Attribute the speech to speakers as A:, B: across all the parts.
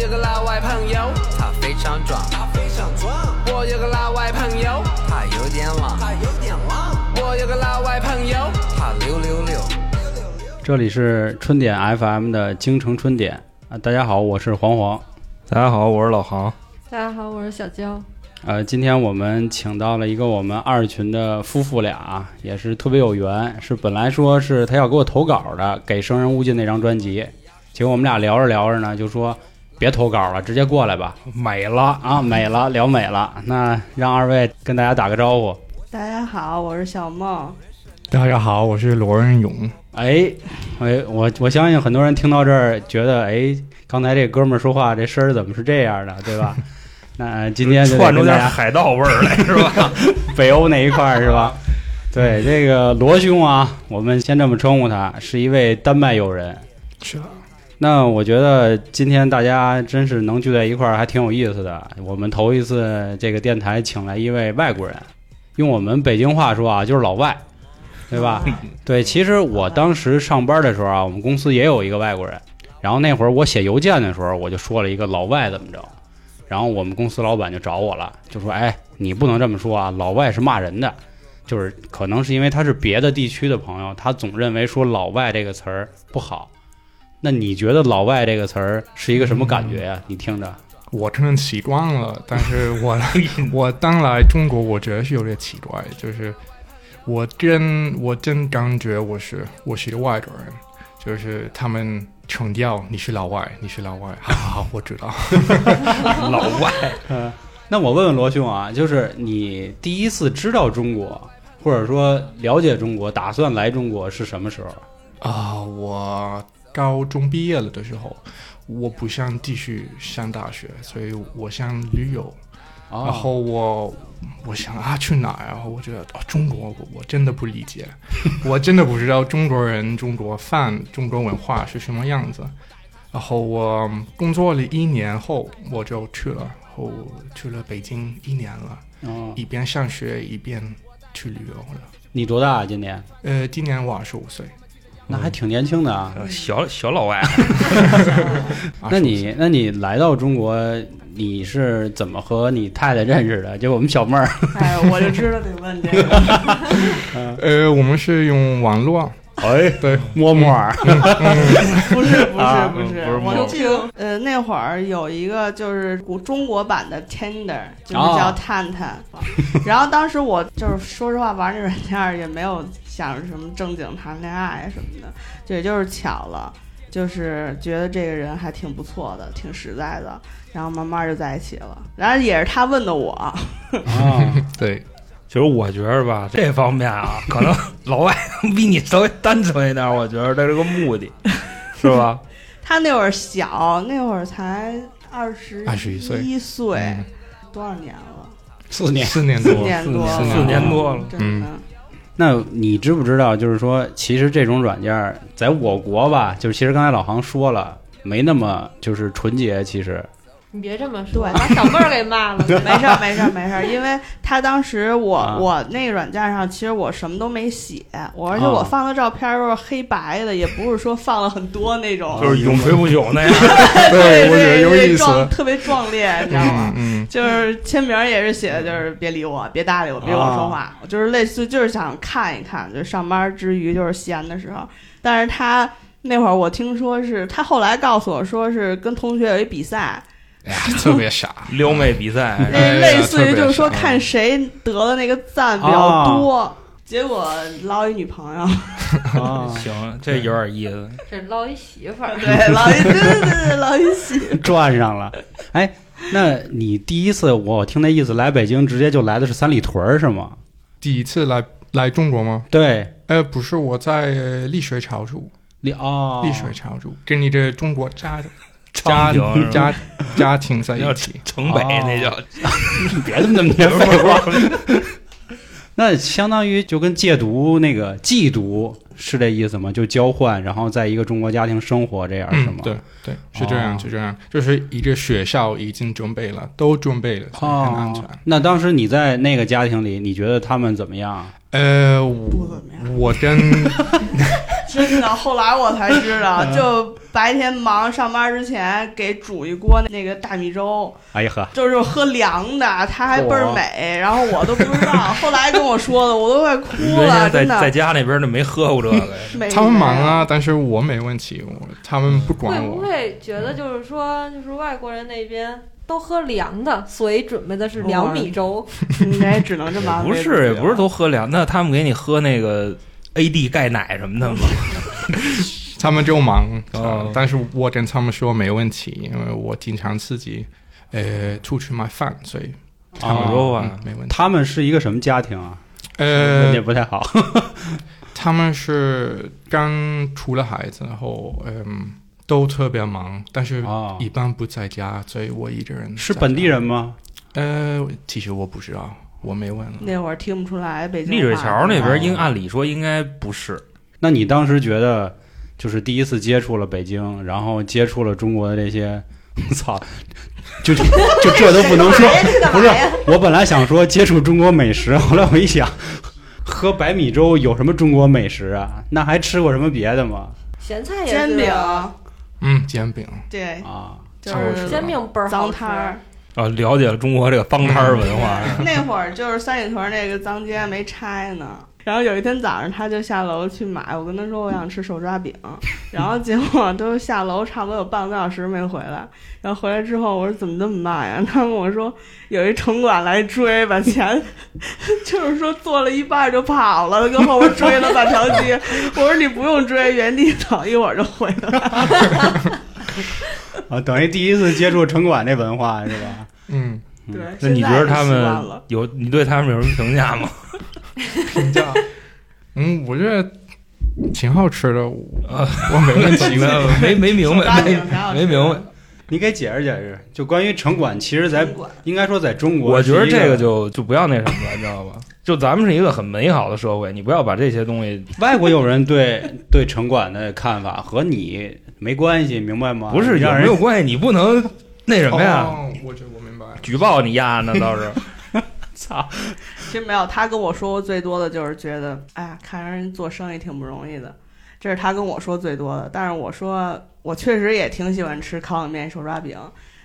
A: 有个老外朋友，
B: 他非常壮，
A: 他非常壮。
B: 我有个老外朋友，他有点浪，
A: 他有点浪。
B: 我有个老外朋友，他六六六。
C: 这里是春点 FM 的京城春点啊，大家好，我是黄黄。
D: 大家好，我是老航。
E: 大家好，我是小娇。
C: 呃，今天我们请到了一个我们二群的夫妇俩啊，也是特别有缘。是本来说是他要给我投稿的，给《生人勿近》那张专辑，结果我们俩聊着聊着呢，就说别投稿了，直接过来吧。
D: 美了，
C: 啊，美了，聊美了。那让二位跟大家打个招呼。
E: 大家好，我是小梦。
D: 大家好，我是罗仁勇。
C: 哎，哎，我我相信很多人听到这儿觉得，哎，刚才这哥们儿说话这声儿怎么是这样的，对吧？ 那今天就得
D: 窜出
C: 跟大
D: 点
C: 家
D: 海盗味儿来是吧？
C: 北欧那一块儿是吧？对，这个罗兄啊，我们先这么称呼他，是一位丹麦友人。
D: 是啊的，
C: 那我觉得今天大家真是能聚在一块儿，还挺有意思的。我们头一次这个电台请来一位外国人，用我们北京话说啊，就是老外，对吧？对，其实我当时上班的时候啊，我们公司也有一个外国人，然后那会儿我写邮件的时候，我就说了一个老外怎么着，然后我们公司老板就找我了，就说：“哎，你不能这么说啊，老外是骂人的。”就是可能是因为他是别的地区的朋友，他总认为说“老外”这个词儿不好。那你觉得“老外”这个词儿是一个什么感觉呀、啊你听着，
F: 我真的习惯了，但是我我当来中国，我觉得是有点奇怪，就是我真我真感觉我是我是一个外国人，就是他们强调你是老外，你是老外，好好好，我知道。
D: 老外
C: 那我问问罗兄啊，就是你第一次知道中国，或者说了解中国，打算来中国是什么时候？
F: 啊、我高中毕业了的时候，我不想继续上大学，所以我想旅游。
C: 哦
F: 然后我我想啊去哪儿啊？然后我觉得啊中国我我真的不理解， 我真的不知道中国人、中国饭、中国文化是什么样子。然后我工作了一年后，我就去了，然后去了北京一年了，
C: 哦，
F: 一边上学一边去旅游了。
C: 你多大、啊、今年？
F: 呃，今年我二十五岁，
C: 那还挺年轻的啊。
D: 呃小小老外，
F: 25
C: 那
F: 岁
C: 你那你来到中国，你是怎么和你太太认识的？就我们小妹儿，
E: 哎，我就知道你问这 个。
F: 呃，我们是用网络，
C: 哎，
F: 对，
C: 摸摸儿，
E: 不是不
C: 啊
E: 是不是，
D: 嗯不是
E: 我
D: 我
E: 记得呃那会儿有一个就是古中国版的 Tinder，就是
D: 哦
E: 叫探探。然后当时我就是说实话玩那软件儿也没有想着什么正经谈恋爱什么的，就也就是巧了。就是觉得这个人还挺不错的，挺实在的，然后慢慢就在一起了。然后也是他问的我，
C: 啊，
F: 对，
D: 其实我觉得吧，这方面啊，可能老外 比你稍微单纯一点。我觉得他这个目的，是吧？
E: 他那会儿小，那会儿才二十
F: 21岁
E: 一岁，
F: 嗯哦
E: 多少年了？
C: 四年。
F: 四年嗯
E: 四
F: 多，
E: 年多了，
D: 四年多了，
E: 真的。
C: 那你知不知道？就是说，其实这种软件儿在我国吧，就是其实刚才老航说了，没那么就是纯洁。其实
G: 你别这么说，
E: 对
G: 把小妹儿给骂了。
E: 没事儿，没事儿，没事儿，因为他当时我、
C: 啊
E: 我那个软件上，其实我什么都没写，我而且
C: 啊
E: 我放的照片儿都是黑白的，也不是说放了很多那种，
D: 就是永垂不朽那样。
E: 对
F: 我觉得
E: 对
F: 有
E: 对
F: 意思
E: 壮特别壮烈，你知道吗？
F: 嗯
E: 就是签名儿也是写的，就是别理我，别搭理我，别跟我说话，我就是类似就是想看一看，就是上班之余就是闲的时候。但是他那会儿我听说是他后来告诉我说是跟同学有一比赛，
F: 哎呀， 特别傻，
D: 撩妹比赛，
F: 哎
E: 那
F: 呀
E: 类似于就是说
F: 特别傻
E: 看谁得的那个赞比较多，结果捞一女朋友，
C: 啊，
D: 行，这有点意思。
G: 这捞一媳妇儿，
E: 对，捞一对对对对捞一媳妇，
C: 转上了。哎，那你第一次，我听那意思来北京，直接就来的是三里屯儿是吗？
F: 第一次来来中国吗？
C: 对，
F: 呃，不是，我在呃丽水潮住，
C: 你哦，
F: 丽水潮住，跟你的中国家家
D: 昌平是吧
F: 家家庭在
D: 要
F: 一 起。
D: 城北
C: 哦
D: 那叫，
C: 别这么年废话。 那相当于就跟戒毒那个寄毒是这意思吗？就交换，然后在一个中国家庭生活这样是吗
F: 嗯，？对对，是这样，
C: 哦
F: 是这样，就是一个学校已经准备了，都准备了，所以很安全
C: 哦。，那当时你在那个家庭里，你觉得他们怎么样？
F: 呃，
E: 不
F: 我
E: 怎么样，
F: 我跟
E: 真的，后来我才知道，就白天忙上班之前给煮一锅那个大米粥，
C: 哎呀呵，
E: 就是喝凉的，它还倍儿美，然后我都不知道， 后来跟我说的，我都快哭
D: 原
E: 了，
D: 先在
E: 真
D: 在
E: 的。
D: 家那边就没喝过这个呀，
E: 没
F: 他们忙，
E: 哎
F: 啊，但是我没问题，我他们不
G: 会
F: 管
G: 不
F: 我。嗯
G: 会觉得就是说，就是外国人那边都喝凉的，所以准备的是凉米粥？
E: 你也只能这么安慰
D: 不
E: 自己
D: 是也
E: 了
D: 不是都喝凉，那他们给你喝那个 AD 钙奶什么 的吗？
F: 他们就忙，
D: 哦
F: 呃但是我跟他们说没问题，因为我经常自己呃出去买饭，所以他们
C: 哦
F: 说嗯没问题。
C: 他们是一个什么家庭啊？人家
F: 呃，
C: 不太好。
F: 他们是刚出了孩子，然后嗯、都特别忙，但
E: 啊
F: 是
C: 哦
F: 一般不在家，所以我一个人。
C: 是本地人？吗？
F: 呃，其实我不知道，我没问了。
E: 那会儿听不出来北京话。哎
D: 丽水桥那
C: 哦
D: 边应按理说应该不是，
C: 那你当时觉得，就是第一次接触了北京，然后接触了中国的这些， 操，就就就这都不能 说。不是，我本来想说接触中国美食，后来我一想，喝白米粥有什么中国美食啊？那还吃过什么别的吗？
G: 咸菜也是
E: 煎饼，
F: 嗯，煎饼，
E: 对，
C: 啊，
E: 就
F: 差不多是
E: 是
G: 煎饼倍儿好
E: 脏
G: 吃
E: 摊儿。
D: 啊，了解了中国这个方摊儿文化。
E: 那会儿就是三里屯那个脏街没拆呢。然后有一天早上，他就下楼去买，我跟他说我想吃手抓 饼，然后结果都下楼差不多有半个多小时没回来。然后回来之后，我说怎么这么慢呀？他跟我说有一城管来追，把钱 就是说做了一半就跑了，跟后边追了半条街。我说你不用追，原地等一会儿就回来了。
C: 啊，等于第一次接触城管这文化是吧？
F: 嗯，
E: 对，
D: 那你
E: 现
D: 觉
E: 在
D: 得
E: 就
D: 他
E: 习惯
D: 们
E: 了
D: 有你对他们有什么评价吗？
F: 评价，嗯，我觉得挺好吃的，我
D: 啊
F: 我没问题。
D: 没没明
E: 手抓
D: 白，
E: 饼
D: 没
E: 挺好吃
D: 没
E: 的
D: 明白。
C: 你给解释解释，就关于城管，其实咱
E: 城管
C: 应该说在中国，
D: 我觉得这个就就不要那什么了，你知道 吧？就咱们是一个很美好的社会，你不要把这些东西
C: 外国友人对对城管的看法和你没关系，明白吗？
D: 不是有
C: 啊让
D: 没
C: 人
D: 有关系，你不能那什么呀，
F: 哦？我觉得我明白了。
D: 举报你丫那倒是。
C: 操，
E: 其实没有，他跟我说过最多的就是觉得，哎呀，看人做生意挺不容易的，这是他跟我说最多的。但是我说，我确实也挺喜欢吃烤冷面、手抓饼，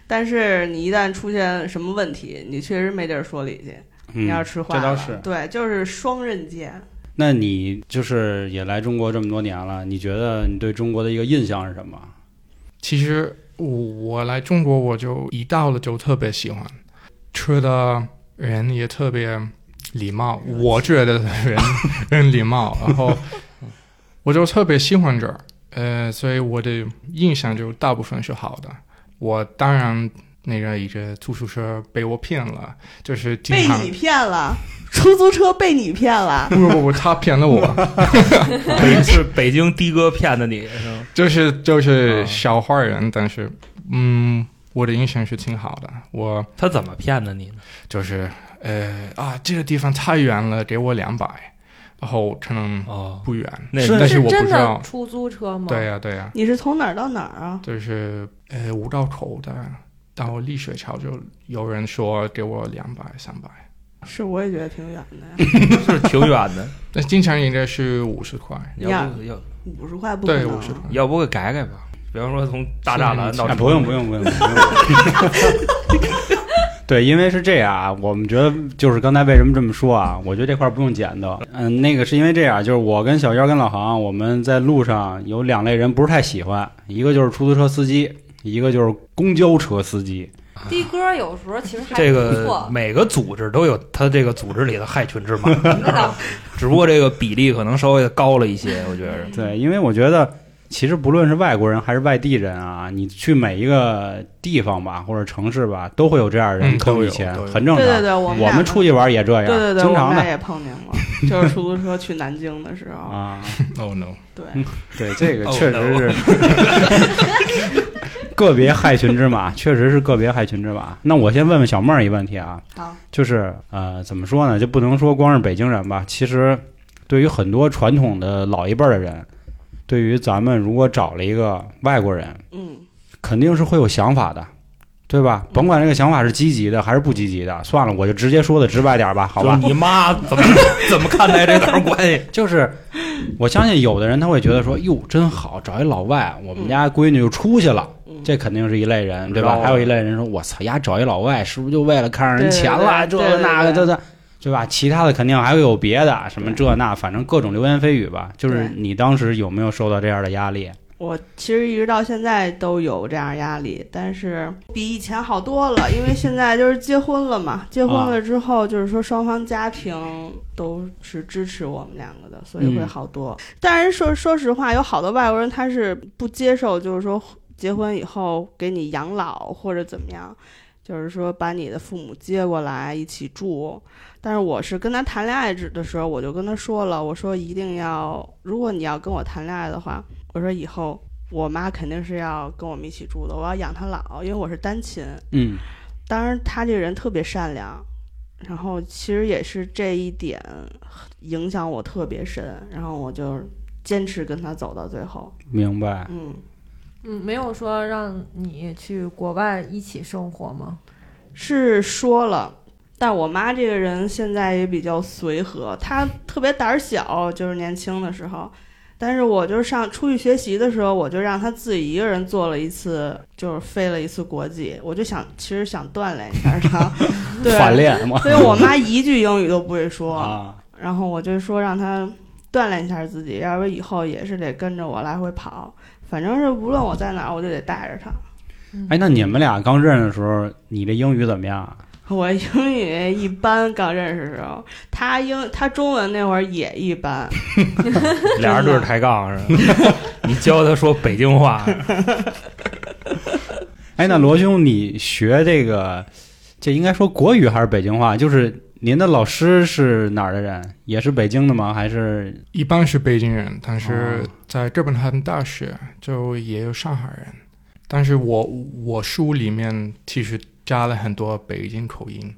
E: 但是你一旦出现什么问题，你确实没地儿说理去，你要
C: 嗯，
E: 吃坏
C: 这倒
E: 了。
C: 是。
E: 对，就是双刃剑。
C: 那你就是也来中国这么多年了，你觉得你对中国的一个印象是什么？
F: 其实我我来中国，我就一到了就特别喜欢，吃的人也特别礼貌，我觉得人人礼貌，然后 我就特别喜欢这儿，呃，所以我的印象就大部分是好的。我当然那个一个出租车被我骗了，就是经
E: 被
F: 常
E: 你骗了，出租车被你骗了。
F: 不不不，他骗 了我，
D: 北是北京的哥骗的你是吗？
F: 就是就是
D: 啊
F: 小坏人，但是嗯，我的印象是挺好的，我。
D: 他怎么骗的你呢？
F: 就是呃啊，这个地方太远了，给我两百，然后可能
D: 哦，
F: 不远，
D: 那
F: 但
G: 是
F: 是我不
G: 真
F: 知
G: 的
F: 道，
G: 出租车吗？
F: 对呀、对呀、
E: 你是从哪儿到哪儿啊？
F: 就是呃五道口的到丽水桥就有人说给我两百三百，
E: 是，我也觉得挺远的呀，
D: 是挺远的，
F: 但经常应该是五十块，
D: 要不要
E: 五十块不可
F: 对
E: 能啊
F: 五十块，
D: 要不给改改吧？比方说从大栅栏到
C: 哎，不用不用不用。不用对，因为是这样啊，我们觉得就是刚才为什么这么说啊？我觉得这块儿不用剪的。嗯，那个是因为这样，就是我跟小妖跟老航，我们在路上有两类人不是太喜欢，一个就是出租车司机，一个就是公交车司机。
G: 的哥有时候其实还
D: 这
G: 不
D: 个
G: 错，
D: 每个组织都有它这个组织里的害群之马，
G: 那倒
D: 只不过这个比例可能稍微的高了一些，我觉得。
C: 对，因为我觉得其实不论是外国人还是外地人啊，你去每一个地方吧或者城市吧，都会有这样的人
F: 嗯
C: 坑
F: 都
C: 你
F: 有
C: 钱
F: 都，有
C: 很正
E: 对
C: 常。
E: 对对，我们
C: 我
E: 俩
C: 们出去玩也这样，
E: 对对对，
C: 经
E: 我
C: 常
E: 们
C: 的
E: 俩也碰见过，就是出租车去南京的时候，
C: 啊。
F: ，no no，
E: 对，
C: 对，这个
F: 哦
D: Oh,
C: 确实是 个别害群之马，确实是个别害群之马。那我先问问小妹儿一个问题啊，
E: 好，
C: 就是呃，怎么说呢？就不能说光是北京人吧，其实对于很多传统的老一辈儿的人，对于咱们如果找了一个外国人，
E: 嗯，
C: 肯定是会有想法的。对吧？甭管这个想法是积极的还是不积极的，算了，我就直接说的直白点儿吧，好吧？
D: 就是你妈怎么怎么看待这段关系？
C: 就是我相信有的人他会觉得说，哟，真好，找一老外，我们家闺女就出息了，
E: 嗯
C: 这肯定是一类人，对吧？
D: 哦
C: 还有一类人说，我操，丫找一老外，是不是就为了看上人钱了？
E: 对对对
C: 这那个
E: 对对
C: 这这，对吧？其他的肯定还会有别的，什么这那，反正各种流言蜚语吧。就是
E: 对
C: 你当时有没有受到这样的压力？
E: 我其实一直到现在都有这样压力，但是比以前好多了，因为现在就是结婚了嘛，结婚了之后就是说双方家庭都是支持我们两个的，所以会好多。但是说说实话，有好多外国人他是不接受，就是说结婚以后给你养老或者怎么样，就是说把你的父母接过来一起住。但是我是跟他谈恋爱之的时候，我就跟他说了，我说一定要，如果你要跟我谈恋爱的话，我说以后我妈肯定是要跟我们一起住的，我要养她老，因为我是单亲。
C: 嗯，
E: 当然，他这个人特别善良，然后其实也是这一点影响我特别深，然后我就坚持跟他走到最后。
C: 明白。
E: 嗯，
G: 嗯，没有说让你去国外一起生活吗？
E: 是说了。但我妈这个人现在也比较随和，她特别胆儿小，就是年轻的时候。但是我就是上出去学习的时候，我就让她自己一个人做了一次，就是飞了一次国际。我就想，其实想锻炼一下她， 对，
C: 反恋嘛。
E: 所以我妈一句英语都不会说。
C: 啊，
E: 然后我就说让她锻炼一下自己，要不然以后也是得跟着我来回跑。反正是无论我在哪儿，我就得带着她。嗯
C: 哎，那你们俩刚认识的时候，你的英语怎么样啊？
E: 我英语一般，刚认识的时候，他英他中文那会儿也一般，
D: 俩人对着抬杠是吧？ 你教他说北京话，
C: 哎，那罗兄，你学这个，这应该说国语还是北京话？就是您的老师是哪儿的人？也是北京的吗？还是
F: 一般是北京人，但是
C: 哦
F: 在哥本哈根大学就也有上海人，但是我我书里面其实加了很多北京口音，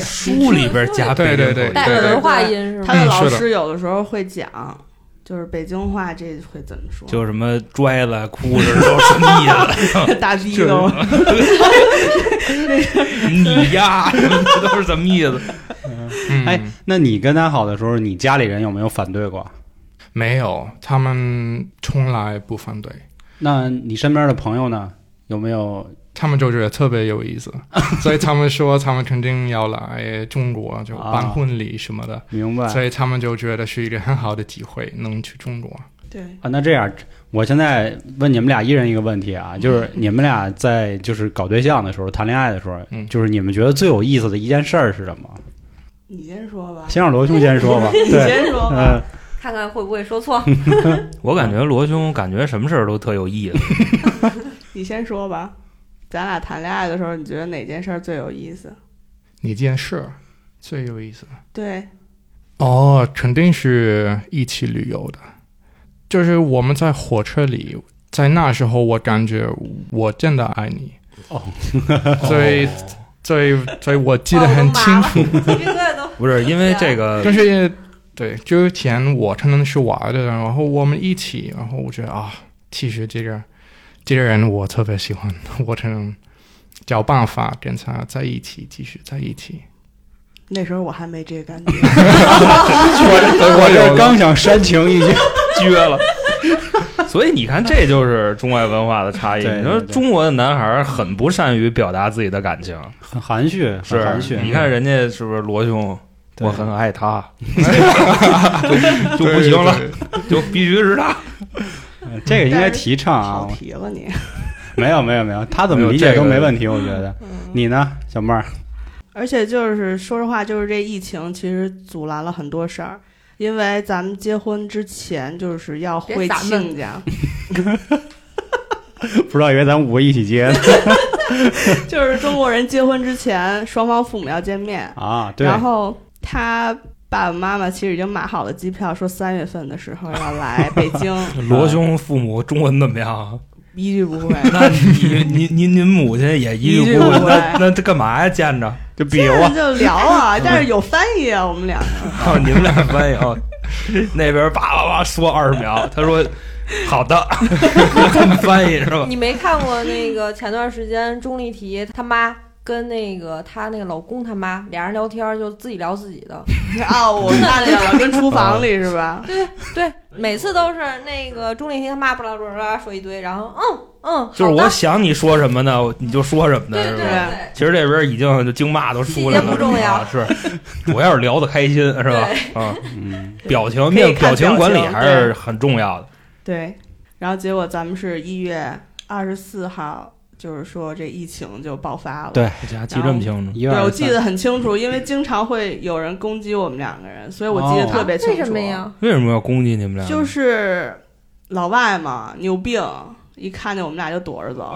D: 书里边加北
F: 对
D: 京
F: 对对
D: 口音
G: 带
F: 对对
G: 文化音是
E: 他
G: 吗？
E: 的老
F: 嗯是
E: 师有的时候会讲，就是北京话这会怎么说，
D: 就什么拽了、哭着都什么意思？
E: 大逼都。
D: 你呀， 这都是什么意思？
F: 嗯、
C: 哎那你跟他好的时候，你家里人有没有反对过？
F: 没有，他们从来不反对，
C: 那你身边的朋友呢？有没有？
F: 他们就觉得特别有意 思，所以他们说他们肯定要来中国就办
C: 啊
F: 婚礼什么的，
C: 明白
F: 所以他们就觉得是一个很好的机会，能去中国。
E: 对，
C: 啊？那这样，我现在问你们俩一人一个问题啊，就是你们俩在就是搞对象的时候、谈恋爱的时候，
F: 嗯
C: 就是你们觉得最有意思的一件事儿是什么？
E: 你先说吧，
C: 先让罗兄先说 吧。
E: 你
C: 对，
E: 先说吧。
C: 嗯，
G: 看看会不会 说错。
D: 我感觉罗兄感觉什么事儿都特有意思。
E: 你先说吧。咱俩谈恋爱的时候，你觉得哪件事儿最有意思？
F: 哪件事儿最有意思？
E: 对，
F: 哦，肯定是一起旅游的。就是我们在火车里，在那时候我感觉我真的爱你，
C: 哦，
F: 所以所以所以我记得
E: 哦
F: 很清楚。
G: 楚，鸡皮疙瘩都
D: 不啊是因为这个
F: 但是对之前我可能是玩的，然后我们一起，然后我觉得啊，其实这个这个人我特别喜欢， 我可能找办法跟他在一起，继续在一起。
E: 那时候我还没这感 觉。
C: 我我这刚想煽情一句，
D: 撅了。 所以你看，这就是中外文化的差异。
C: 对
D: 你说
C: 对对
D: 中国的男孩儿很不善于表达自己的感情，
C: 很含蓄，很
D: 是
C: 含蓄。
D: 你看人家是不是罗兄？
C: 对
D: 我很爱他， 就就不行了，就必须是他。
C: 呃这个应该提倡
E: 跑
C: 啊。
E: 题了你。
C: 没有没有没有，他怎么理解都没问题，我觉得。
E: 嗯
C: 你呢，小妹儿？
E: 而且就是说实话，就是这疫情其实阻拦了很多事儿，因为咱们结婚之前就是要回
G: 别咱们
E: 亲家，
C: 不知道以为咱五个一起接呢
E: 就是中国人结婚之前双方父母要见面，
C: 啊？对，
E: 然后他。爸爸妈妈其实已经买好了机票，说三月份的时候要来北京， 嗯
D: 罗兄父母中文怎么样？
E: 一句不会。
D: 那你你您您母亲也一
E: 一
D: 句
E: 句
D: 不
E: 不
D: 会
E: 会，
D: 那那这干嘛呀？见着
C: 就
E: 这
C: 比
E: 样
C: 划。
E: 就聊啊，但是有翻译啊，我们俩。
D: 哦，你们俩翻译哦，那边叭叭叭说二十秒，他说好的， 翻译是吧？
G: 你没看过那个前段时间钟丽缇她妈跟那个她那个老公他妈俩人聊天，就自己聊自己的，
E: 啊，我看见了，跟厨房里是吧？
G: 对，每次都是那个钟丽缇他妈巴拉巴拉说一堆，然后嗯嗯，
D: 就是
G: 好
D: 我
G: 的
D: 想你说什么呢，你就说什么呢，
G: 对
D: 是
G: 对
D: 吧？
G: 对
D: 其实这边已经就经骂都出来了，
G: 已经不重要
D: 啊是，主要是聊的开心，是吧？啊，
C: 嗯，
D: 表情
E: 可以
D: 面
E: 看
D: 表情管理
E: 表情
D: 还是很重要的。
E: 对，然后结果咱们是一月二十四号，就是说这疫情就爆发了。
C: 对
D: 这家记这么清楚，
C: 一
E: 对，
C: 二
E: 我
C: 三
E: 记得很清楚，因为经常会有人攻击我们两个人，所以我记得
C: 哦
E: 特别清楚。
G: 为什么？呀？
D: 为什么要攻击你们俩？
E: 就是老外嘛，有病，一看见我们俩就躲着走。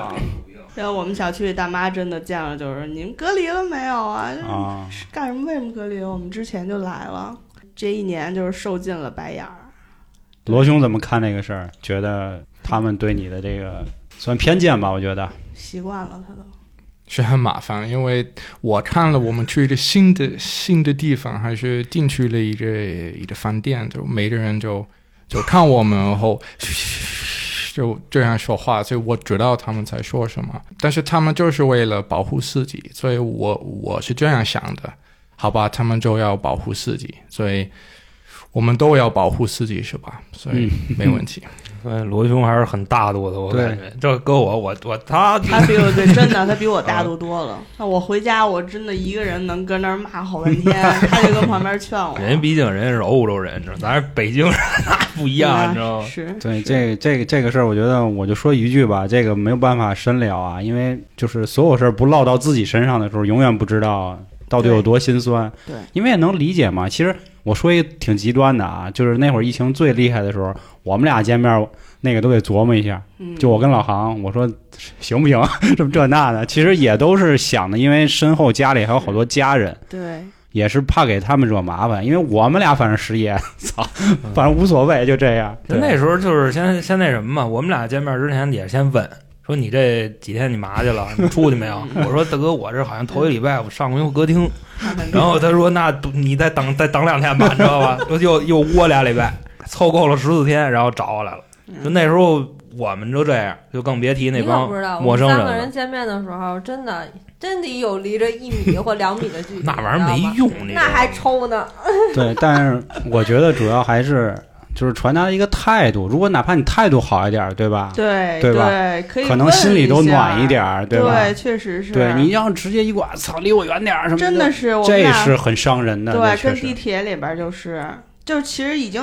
E: 然后我们小区里大妈真的见了，就是你们隔离了没有啊？
C: 啊，
E: 是干什么？为什么隔离？我们之前就来了，这一年就是受尽了白眼儿。
C: 罗兄怎么看这个事儿？觉得他们对你的这个算偏见吧？我觉得
E: 习惯了，他都
F: 是很麻烦，因为我看了我们去一个新的新的地方，还是进去了一个一个饭店，就每个人就就看我们，然后就这样说话，所以我知道他们在说什么，但是他们就是为了保护自己，所以我我是这样想的，好吧，他们就要保护自己，所以我们都要保护自己，是吧？所以没问题。
D: 哎，罗兄还是很大度的，我感觉。这搁我，我我他
E: 他比我对，真的他比我大度多了。那我回家，我真的一个人能跟那儿骂好半天，他就跟旁边劝我。
D: 人家毕竟人家是欧洲人，你知道，咱是北京人， 不一样，你知道吗？
E: 是
C: 对这个这个这个事儿，我觉得我就说一句吧，这个没有办法深聊啊，因为就是所有事儿不落到自己身上的时候，永远不知道到底有多心酸。
E: 对对
C: 因为也能理解嘛。其实我说一个挺极端的啊，就是那会儿疫情最厉害的时候，我们俩见面那个都得琢磨一下，
E: 嗯
C: 就我跟老航，我说行不行， 什么这那的，其实也都是想的，因为身后家里还有好多家人，
E: 对，
C: 也是怕给他们惹麻烦，因为我们俩反正失业， 操，反正无所谓，就这样。
D: 就那时候就是先先那什么嘛，我们俩见面之前也先问。说你这几天你嘛去了？你出去没 有？我说大哥，我这好像头一礼拜我上过一回歌厅，
E: 看看
D: 然后他说那你再等再等两天吧，你知道吧？又又又窝俩礼拜，凑够了十四天，然后找我来了。就那时候我们就这样，就更别提那
G: 你可
D: 帮
G: 不知道，
D: 陌
G: 我
D: 生
G: 们
D: 人
G: 三个
D: 了
G: 人。见面的时候，真的真得有离着一米或两米的距离，
D: 那玩意儿没
G: 你知道吗，
D: 用，你知
G: 那
D: 道吗
G: 还抽呢。
C: 对，但是我觉得主要还是就是传达一个态度。如果哪怕你态度好一点儿，对吧？
E: 对
C: 对吧
E: 可以
C: 可能
E: 问
C: 心里都
E: 下
C: 暖一点儿，
E: 对
C: 吧？
E: 确实是。
C: 对，你要直接一管，操，离我远点儿什么
E: 真的
C: 的，
E: 是我们
C: 这
E: 俩
C: 是很伤人的。
E: 对，
C: 这确
E: 跟
C: 实
E: 地铁里边儿就是，就其实已经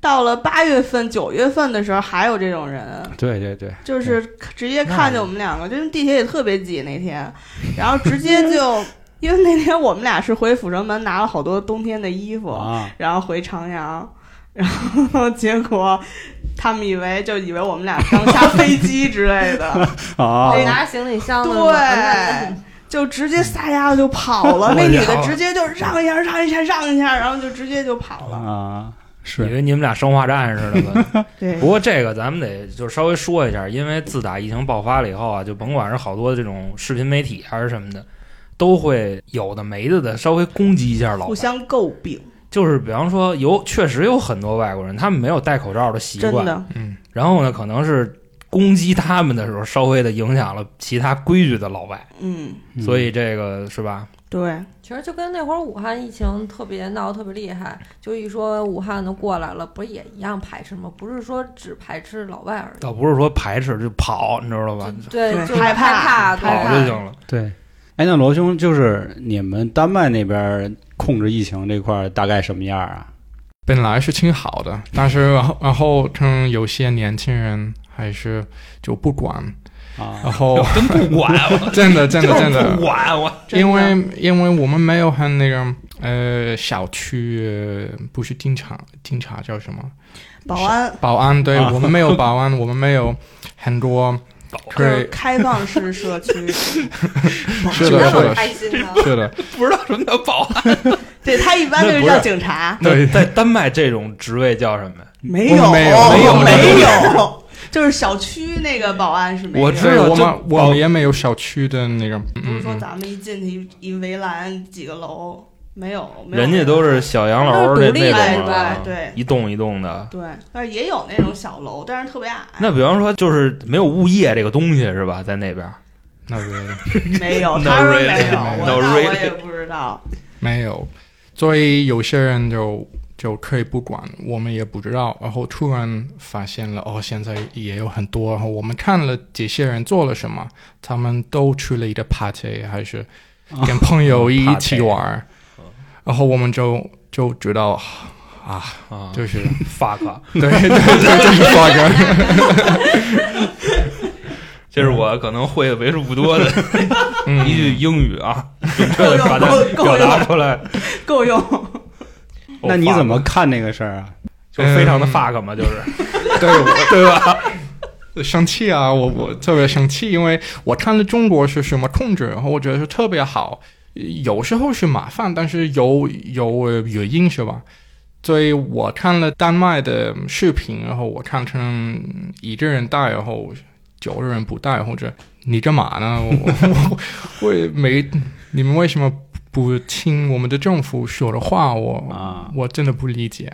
E: 到了八月份、九月份的时候，还有这种人。
C: 对对对，
E: 就是直接看见我们两个，就是地铁也特别挤那天，然后直接就，因为那天我们俩是回阜成门拿了好多冬天的衣服，
C: 啊，
E: 然后回长阳， 然后结果他们以为就以为我们俩刚下飞机之类的，
C: 啊
E: 哎
G: 得拿行李箱子嘛，
E: 对。就直接撒丫子就跑了，那
D: 我
E: 女
D: 操
E: 的直接就让一下，让一下，让一下，然后就直接就跑了。
C: 啊，
D: 以
C: 是
D: 为你们俩生化战似的吧？
E: 对
D: 不，过这个咱们得就稍微说一下，因为自打疫情爆发了以后啊，就甭管是好多这种视频媒体还是什么的，都会有的没的的稍微攻击一下老
E: 互
D: 外。
E: 相诟病，
D: 就是比方说有确实有很多外国人，他们没有戴口罩的习
E: 真
D: 惯，
E: 的
F: 嗯，
D: 然后呢，可能是攻击他们的时候稍微的影响了其他规矩的老外，
E: 嗯，
C: 嗯
D: 所以这个是吧？
E: 对，
G: 其实就跟那会儿武汉疫情特别闹得特别厉害，就一说武汉的过来了，不是也一样排斥吗？不是说只排斥老外而已。
D: 倒不是说排斥就跑，你知道吧？
G: 对
E: 对，
G: 就
E: 害怕
G: 怕，
E: 害
D: 跑
E: 怕
D: 就行了。
C: 对。哎，那罗兄，就是你们丹麦那边儿控制疫情这块儿大概什么样啊？
F: 本来是挺好的，但是然后然后嗯，有些年轻人还是就不管，然
C: 啊，
F: 后
D: 真 不管，我
F: 真的真的真
D: 不
F: 的，
D: 管我。
E: 真的
F: 因为因为我们没有很那个呃小区呃不是警察警察叫什么
E: 保安
F: 保安，对
C: 啊
F: 我们没有保安，我们没有很多
E: 就
F: 可
E: 是
F: 以
E: 开放式社区，
F: 是
G: 那
F: 的是
G: 么
F: 的
G: 开心呢？
F: 是的，
D: 不知道什么叫保安。
E: 对他一般就是叫警察，
F: 对
D: 在丹麦这种职位叫什么呀？
E: 没
F: 我
E: 有没
F: 们没有没有
E: 没有， 就是小区那个保安是没有。
D: 我知
F: 所以
D: 道
F: 我
D: 这
F: 们我们也没有小区的那个，
E: 不
F: 嗯
E: 是说
F: 嗯，
E: 咱们一进去一一围栏几个楼没有，没有
D: 人家都是小洋楼
G: 都
D: 那
G: 是独
D: 那
G: 立
D: 种
G: 的是
D: 啊
E: 吧，对
D: 一栋一栋的。
E: 对，但是也有那种小楼，但是特别矮，
D: 那比方说，就是没有物业这个东西是吧？在那边
F: 那个
E: 没有，
D: No
E: 他说没有，
D: really，
E: 我
D: no
E: 那我
D: really
E: 也不知道，
F: 没有。所以有些人就就可以不管，我们也不知道。然后突然发现了，哦，现在也有很多。然后我们看了这些人做了什么，他们都去了一个 party，还是跟朋友一起玩儿。然后我们就就知道啊，
D: 啊，
F: 就是
D: fuck 啊。
F: 对对对，就是发哥。
H: 这是我可能会的为数不多 的一句
F: 嗯，
H: 英语啊，准确的把它表达出来。
E: 够用。
H: 哦
C: 那你怎么
H: ，fuck
C: 看这个事儿啊？
D: 就非常的
F: 嗯
D: fuck 嘛，就是
F: 对我对吧？生气啊！我我特别生气，因为我看了中国是什么控制，然后我觉得是特别好。有时候是麻烦，但是有有呃原因是吧？所以我看了丹麦的视频，然后我看成一个人带，然后九个人不带，或者你干嘛呢？我我我我没，你们为什么不听我们的政府说的话？我
C: 啊
F: 我真的不理解，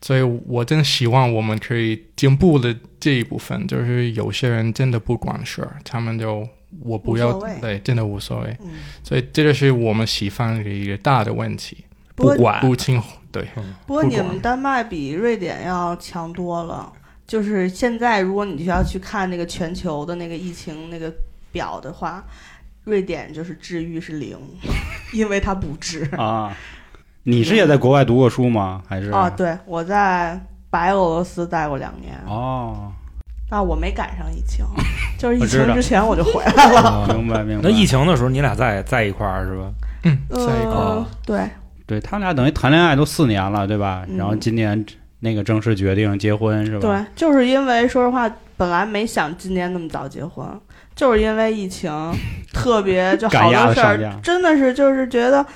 F: 所以我真的希望我们可以进步的这一部分，就是有些人真的不管事儿，他们就我不要
E: 无所谓
F: 对，真的无所谓，
E: 嗯
F: 所以这就是我们西方的一个大的问题，
E: 不过
D: 不管
F: 不嗯听对，
E: 不过
F: 不
E: 你
F: 管
E: 们丹麦比瑞典要强多了。就是现在，如果你需要去看那个全球的那个疫情那个表的话，瑞典就是治愈是零， 因为它不治。
C: 啊，你是也在国外读过书吗？还是
E: 啊，对，我在白俄罗斯待过两年，啊
C: 哦，
E: 但我没赶上疫 情，就是疫
C: 我知
E: 情
C: 道
E: 之前我 就回来了。
C: 哦 明白明白。
D: 那疫情的时候你俩在在一块儿是吧？
F: 嗯，下一个。
E: 嗯，对，
C: 对他俩等于谈恋爱都四年了，对吧？
E: 嗯
C: 然后今年那个正式决定结婚是吧？
E: 对，就是因为说实话，本来没想今年那么早结婚，就是因为 疫情，特别就
C: 赶
E: 好
C: 鸭
E: 多
C: 子
E: 事
C: 上
E: 儿
C: 架，
E: 真的是就是觉得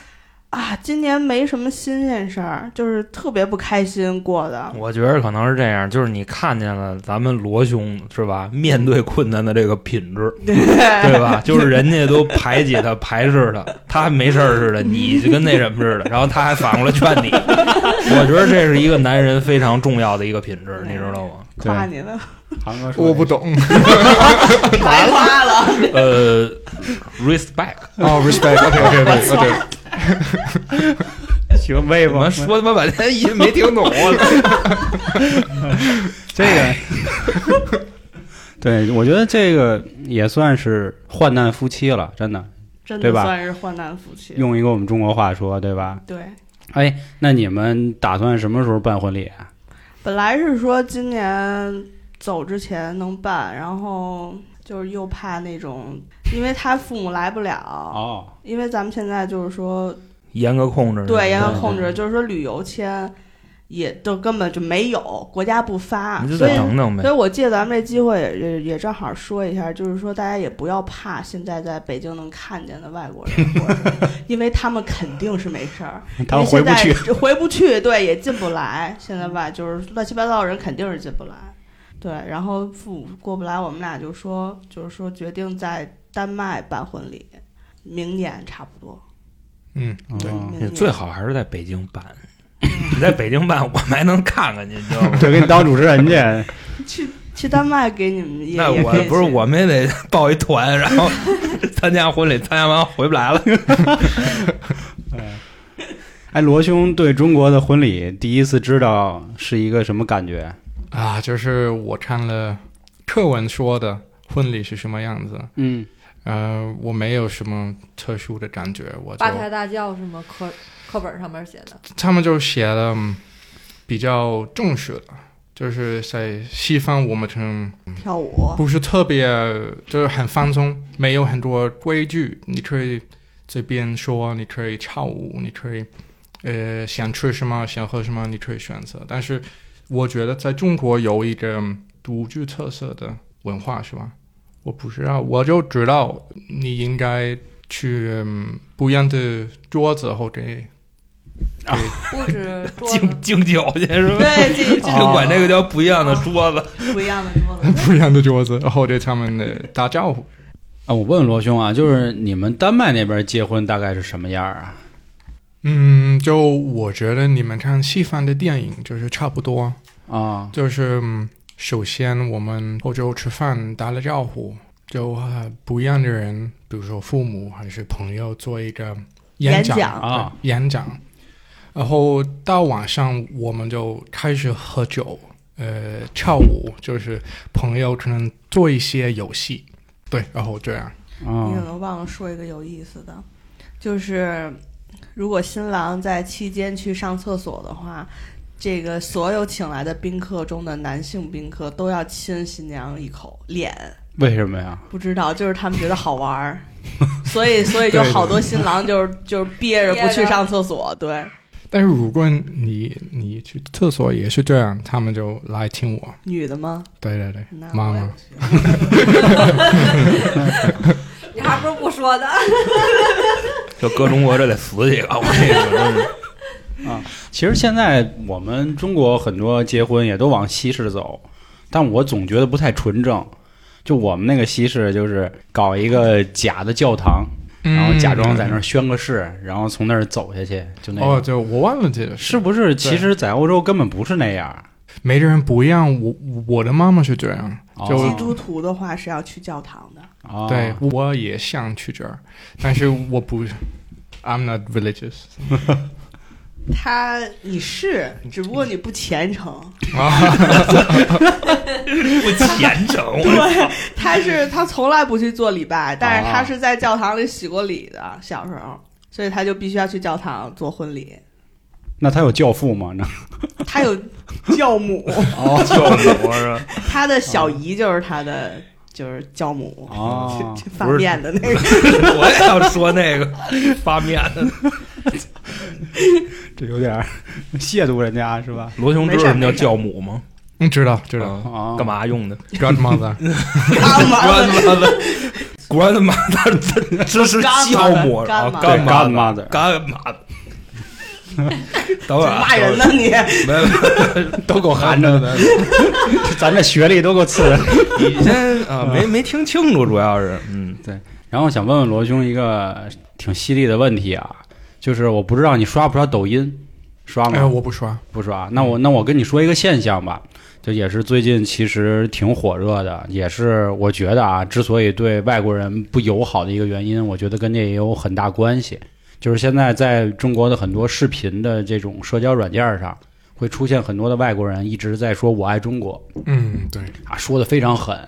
E: 啊，今年没什么新鲜事儿，就是特别不开心过的。
D: 我觉得可能是这样，就是你看见了咱们罗兄是吧？面对困难的这个品质，对吧？就是人家都排解他、排斥他，他还没事儿似的，你就跟那什么似的，然后他还反过来劝你。我觉得这是一个男人非常重要的一个品质，你知道吗？
C: 对
E: 夸你 呢，
C: 韩哥说
F: 我不懂
E: 太夸了，
D: 呃，respect，
F: 哦，respect，OK，OK，OK，、
C: 行为
H: 怎么
C: 吗？
H: 说他妈半天也没听懂啊？
C: 这个， 对我觉得这个也算是患难夫妻了，真的。
E: 真
C: 对
E: 的
C: 吧
E: 算是患难夫妻。
C: 用一个我们中国话说，对吧？
E: 对，
C: 哎，那你们打算什么时候办婚礼啊？
E: 本来是说今年走之前能办，然后就是又怕那种，因为他父母来不了，
C: 哦，
E: 因为咱们现在就是说
D: 严格控制。
E: 对，严格
C: 对
E: 控
C: 对
E: 制，就是说旅游签也都根本就没有，国家不发
D: 你，就
E: 所
D: 再
E: 以。
D: 等等
E: 所
D: 呗
E: 以，。我借咱们这机会也也也正好说一下，就是说大家也不要怕现在在北京能看见的外国人，或者是因为他们肯定是没事儿，
C: 他们回不去
E: 因为。现在回不去，对，也进不来。现在吧，就是乱七八糟的人肯定是进不来，对。然后父母过不来，我们俩就说，就是说决定在丹麦办婚礼，明年差不多。
F: 嗯，对，
C: 哦
E: 明年
D: 最好还是在北京办。你在北京办，我们还能看看去，你知道吗？
C: 对，给你当主持人去，
E: 去去丹麦给你们也
D: 那
E: 也
D: 我
E: 可以
D: 不是
E: 去
D: 我们也得报一团，然后参加婚礼，参加完回不来了。
C: 哎，罗兄对中国的婚礼第一次知道是一个什么感觉？
F: 啊，就是我看了课文说的婚礼是什么样子，
C: 嗯，
F: 呃，我没有什么特殊的感觉，我就
G: 八抬大轿是吗？课课本上面写的，
F: 他们就写了嗯比较正式的，就是在西方我们可能
E: 跳舞，
F: 不是特别，就是很放松，没有很多规矩，你可以这边说，你可以跳舞，你可以呃想吃什么想喝什么，你可以选择。但是我觉得在中国有一个嗯独具特色的文化，是吧？我不知道，我就知道你应该去、嗯不一样的桌子或者
G: 不止桌子
H: 敬敬酒去是吧？
E: 对，这这
H: 就
D: 啊
H: 管这个叫不一样的桌子。
E: 不一样的桌子。
F: 不一样的桌子，或者他们的打招呼。
C: 啊，我问罗兄啊，就是你们丹麦那边结婚大概是什么样啊？
F: 嗯，就我觉得你们看西方的电影就是差不多，
C: 啊，
F: 就是嗯首先我们欧洲吃饭打了招呼，就、呃、不一样的人，比如说父母还是朋友做一个演
E: 演
F: 讲
E: 讲
C: 啊
F: 对演讲，然后到晚上我们就开始喝酒，呃，跳舞，就是朋友可能做一些游戏，对，然后这样。
E: 你可
C: 嗯，
E: 能忘了说一个有意思的，就是如果新郎在期间去上厕所的话，这个所有请来的宾客中的男性宾客都要亲新娘一口脸，
C: 为什么呀？
E: 不知道就是他们觉得好玩儿，所以所以就好多新郎就是就是憋着不去上厕所，对，
F: 但是如果你你去厕所也是这样，他们就来听我。
E: 女的吗？
F: 对对对，
E: 那
F: 妈
E: 我也
F: 妈，
G: 你还不是不说的。
D: 这搁中国这得死几个，我这个真是
C: 其实现在我们中国很多结婚也都往西式走，但我总觉得不太纯正。就我们那个西式，就是搞一个假的教堂，然后假装在那儿宣个誓，然后从那儿走下去，就那
F: 哦，
C: 种。
F: 就我忘了这个
C: 是不是？其实，在欧洲根本不是那样。
F: 每个人不一样，我我的妈妈是这样，就
E: 基督徒的话是要去教堂的，
C: 哦
F: 对，我也想去这儿，但是我不，I'm not religious
E: 他你是，只不过你不虔诚。
F: 啊，
D: 不虔诚，啊我
E: 对，他是他从来不去做礼拜，但是
C: 啊
E: 他是在教堂里洗过礼的，小时候，所以他就必须要去教堂做婚礼。
C: 那他有教父吗？那
E: 他有教母，
F: 哦
D: 教母是吧？
E: 他的小姨就是他的就是教母，
C: 哦
E: 发面的那个。
D: 我也要说那个发面的
C: 这有点儿 亵渎人家是吧？
D: 罗雄知道什么叫教母吗？
F: 嗯，知道知道
C: 啊，
D: 干？嘛用的？
F: ，Godmother，
D: grandmother grandmother，这是教母啊，
E: Grandmother，
C: 对
D: 干嘛
C: grandmother
D: 干嘛？ 等会儿啊
E: 骂人呢你！
D: 没有没有
C: 都够寒碜的， 咱这学历都够次的。
D: 你先啊，没没听清楚，主要是 嗯，
C: 然后想问问罗兄一个挺犀利的问题啊，就是我不知道你刷不刷抖音，刷
F: 哎，
C: 吗？
F: 我不刷，
C: 不刷。那
E: 嗯
C: 我那我跟你说一个现象吧，就也是最近其实挺火热的，也是我觉得啊，之所以对外国人不友好的一个原因，我觉得跟这也有很大关系。就是现在在中国的很多视频的这种社交软件上，会出现很多的外国人一直在说“我爱中国”，
F: 嗯，对，
C: 啊，说的非常狠，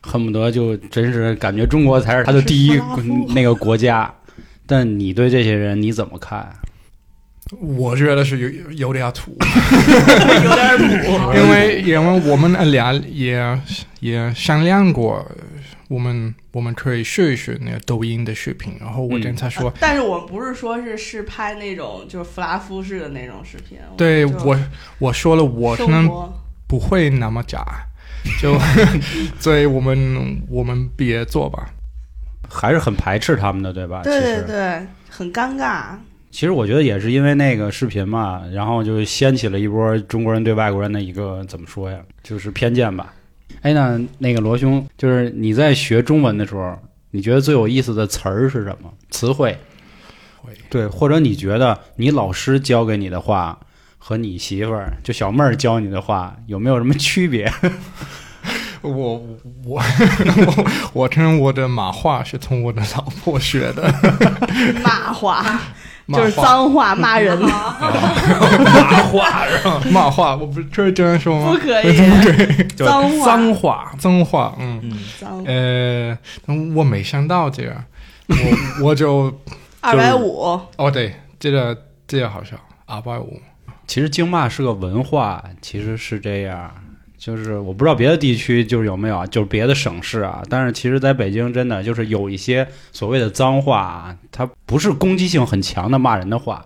C: 恨不得就真是感觉中国才是他的第一
E: 是斯拉夫
C: 那个国家。但你对这些人你怎么看？
F: 我觉得是有有 点土，
E: 有点土。
F: 因为因为我们俩也也商量过，我们我们可以试一试那个抖音的视频，然后我跟他说，
E: 但是我们不是说是是拍那种就是弗拉夫式的那种视频，
F: 对
E: 就
F: 我我说了，我可
E: 生
F: 能
E: 活
F: 不会那么 假，就所以我们我们别做吧。
C: 还是很排斥他们的，对吧？
E: 对对
C: 其实，
E: 对，很尴尬。
C: 其实我觉得也是因为那个视频嘛，然后就掀起了一波中国人对外国人的一个怎么说呀，就是偏见吧。哎，那那个罗兄，就是你在学中文的时候，你觉得最有意思的词儿是什么？词汇？对，或者你觉得你老师教给你的话和你媳妇儿就小妹儿教你的话有没有什么区别？
F: 我我我 我听我的马话是从我的老婆学的，
E: 骂话
F: 马
E: 就是
F: 话
E: 脏话，骂人的
D: 马话是吧？
F: 马话，我不是这是这样说
E: 不
F: 吗？
E: 可以，
D: 就
E: 脏话
D: 脏话，
F: 脏话，嗯，
D: 嗯，
E: 脏
F: 呃，我没想到这个， 我我就
E: 二百五
F: 哦对，这个这个好笑，二百五，
C: 其实京骂是个文化，其实是这样。就是我不知道别的地区就是有没有啊，就是别的省市啊，但是其实在北京真的就是有一些所谓的脏话啊，它不是攻击性很强的骂人的话，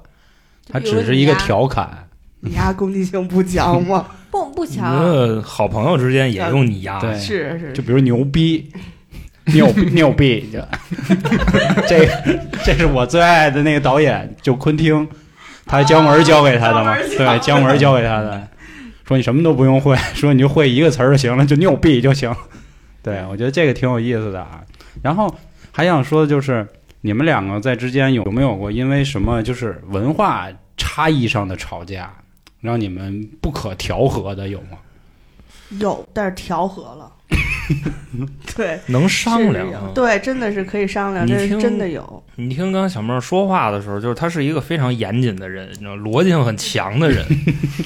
C: 它只是一个调侃。
E: 你丫攻击性不强吗？
G: 不不
D: 你
G: 强，
D: 这好朋友之间也用你呀？
C: 对，
E: 是是
C: 就，比如牛逼、 牛逼牛逼，就这这是我最爱的那个导演，就昆汀，他姜文教给他的嘛，
E: 姜文教
C: 对，姜文教给他的，说你什么都不用会， 说你就会一个词儿就行了，就牛逼就行。对，我觉得这个挺有意思的啊。然后还想说的就是，你们两个在之间有没有过因为什么就是文化差异上的吵架，让你们不可调和的有吗？
E: 有，但是调和了。 对，
D: 能商
E: 是
D: 量
E: 有
D: 啊。
E: 对，真的是可以商量，
D: 你
E: 这是
D: 听
E: 真的有。
D: 你听刚刚小妹说话的时候，就是她是一个非常严谨的人，你知道，逻辑性很强 的人，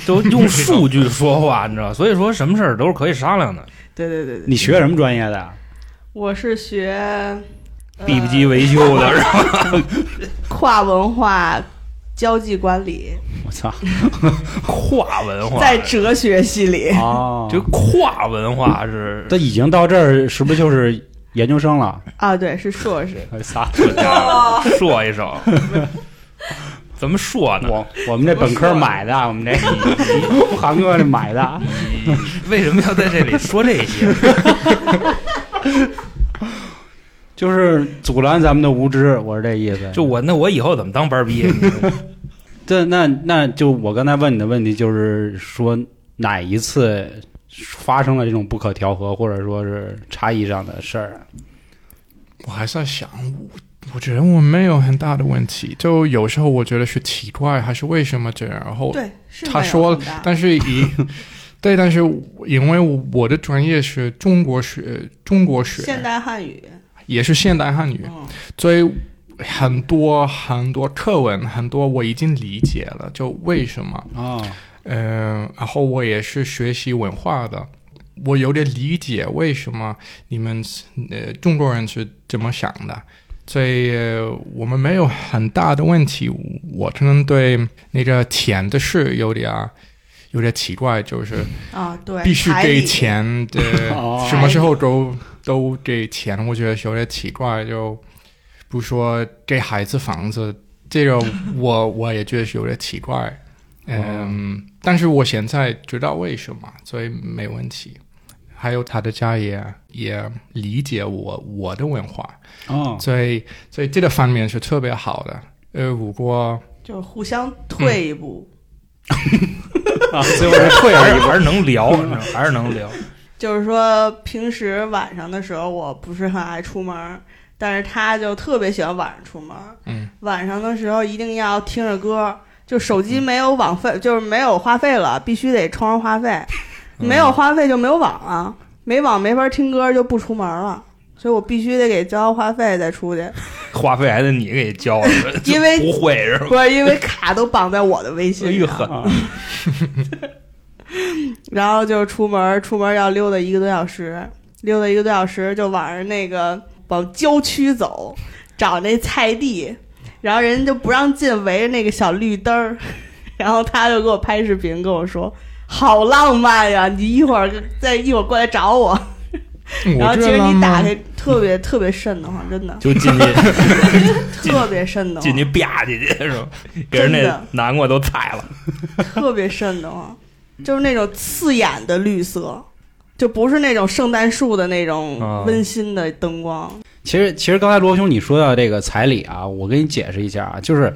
D: 都用数据说话，你知道，所以说什么事儿都是可以商 量的。
E: 对对对对，
C: 你学什么专业的啊？
E: 我是学呃
D: B B 机维修的，是吧
E: 跨文化交际管理，
C: 我操！
D: 跨文化，
E: 在哲学系里。
C: 哦
D: 就跨文化是
C: 这已经到这儿，是不是就是研究生了？
E: 啊，对，是硕士。
C: 哎仨。
G: 哇，
D: 说一手， 怎么说呢？
C: 我我们这本科买的，啊我们这韩哥这买的，啊
D: 为什么要在这里说这些？
C: 就是阻拦咱们的无知，我是这意思。
D: 就我那我以后怎么当班儿逼？你知道吗
C: 这那那就我刚才问你的问题，就是说哪一次发生了这种不可调和，或者说是差异上的事儿？
F: 我还是在想，我我觉得我没有很大的问题，就有时候我觉得是奇怪，还是为什么这样，然后
E: 对，啊是
F: 他
E: 没有
F: 说
E: 很大，
F: 但 是以对，但是因为我的专业是中国学，中国学
E: 现代汉语，
F: 也是现代汉语，
E: 嗯，
F: 所以很多很多课文，很多我已经理解了，就为什么，
C: 哦，
F: 嗯、然后我也是学习文化的，我有点理解为什么你们呃中国人是怎么想的，所以、呃我们没有很大的问题，我可能对那个钱的事有点儿有点奇怪，就是。
E: 啊，对，
F: 必须
E: 彩
F: 给
E: 礼，
F: 钱的
C: 哦，
F: 什么时候都都给钱，我觉得有点奇怪。就不说给孩子房子，这个我我也觉得是有点奇怪。
C: 哦
F: 嗯，但是我现在知道为什么，所以没问题。还有他的家也也理解我我的文化，
C: 哦，
F: 所以所以这个方面是特别好的。呃，如果
E: 就是互
D: 嗯
E: 相退一步，
C: 啊，最后是退
D: 还
C: 了
D: 是
C: 一步。
D: 还是能 聊，你知道吗还是能聊。
E: 就是说平时晚上的时候我不是很爱出门，但是他就特别喜欢晚上出门。
F: 嗯，
E: 晚上的时候一定要听着歌，就手机
D: 嗯
E: 没有网费，就是没有话费了，必须得充上话费。
D: 嗯
E: 没有话费就没有网啊，没网没法听歌，就不出门了。所以我必须得给交话费再出 去，
D: 话费还得你给交了，
E: 因为
D: 不会是吧？
E: 不是因为卡都绑在我的微
D: 哎
E: 信
D: 呦
E: 上。
D: 呵
C: 啊
E: 然后就出门，出门要溜达一个多小时，溜达一个多小时就往着那个往郊区走，找那菜地，然后人家就不让进，围着那个小绿灯儿， 然后他就给我拍视频，跟我说。好浪漫呀！你一会儿再一会儿过来找我，然
F: 我
E: 后
F: 觉
E: 其
F: 得
E: 实
F: 浪
E: 你打
F: 漫
E: 开特别特别瘆得慌，真的
D: 就进去
E: 特别瘆得
D: 进去
E: 慌，
D: 吧唧去是吧？给人
E: 真
D: 那
E: 的
D: 南瓜都踩了。
E: 特别瘆得慌，就是那种刺眼的绿色，就不是那种圣诞树的那种
D: 啊
E: 温馨的灯光，
C: 其实其实刚才罗兄你说到这个彩礼啊，我给你解释一下啊，就是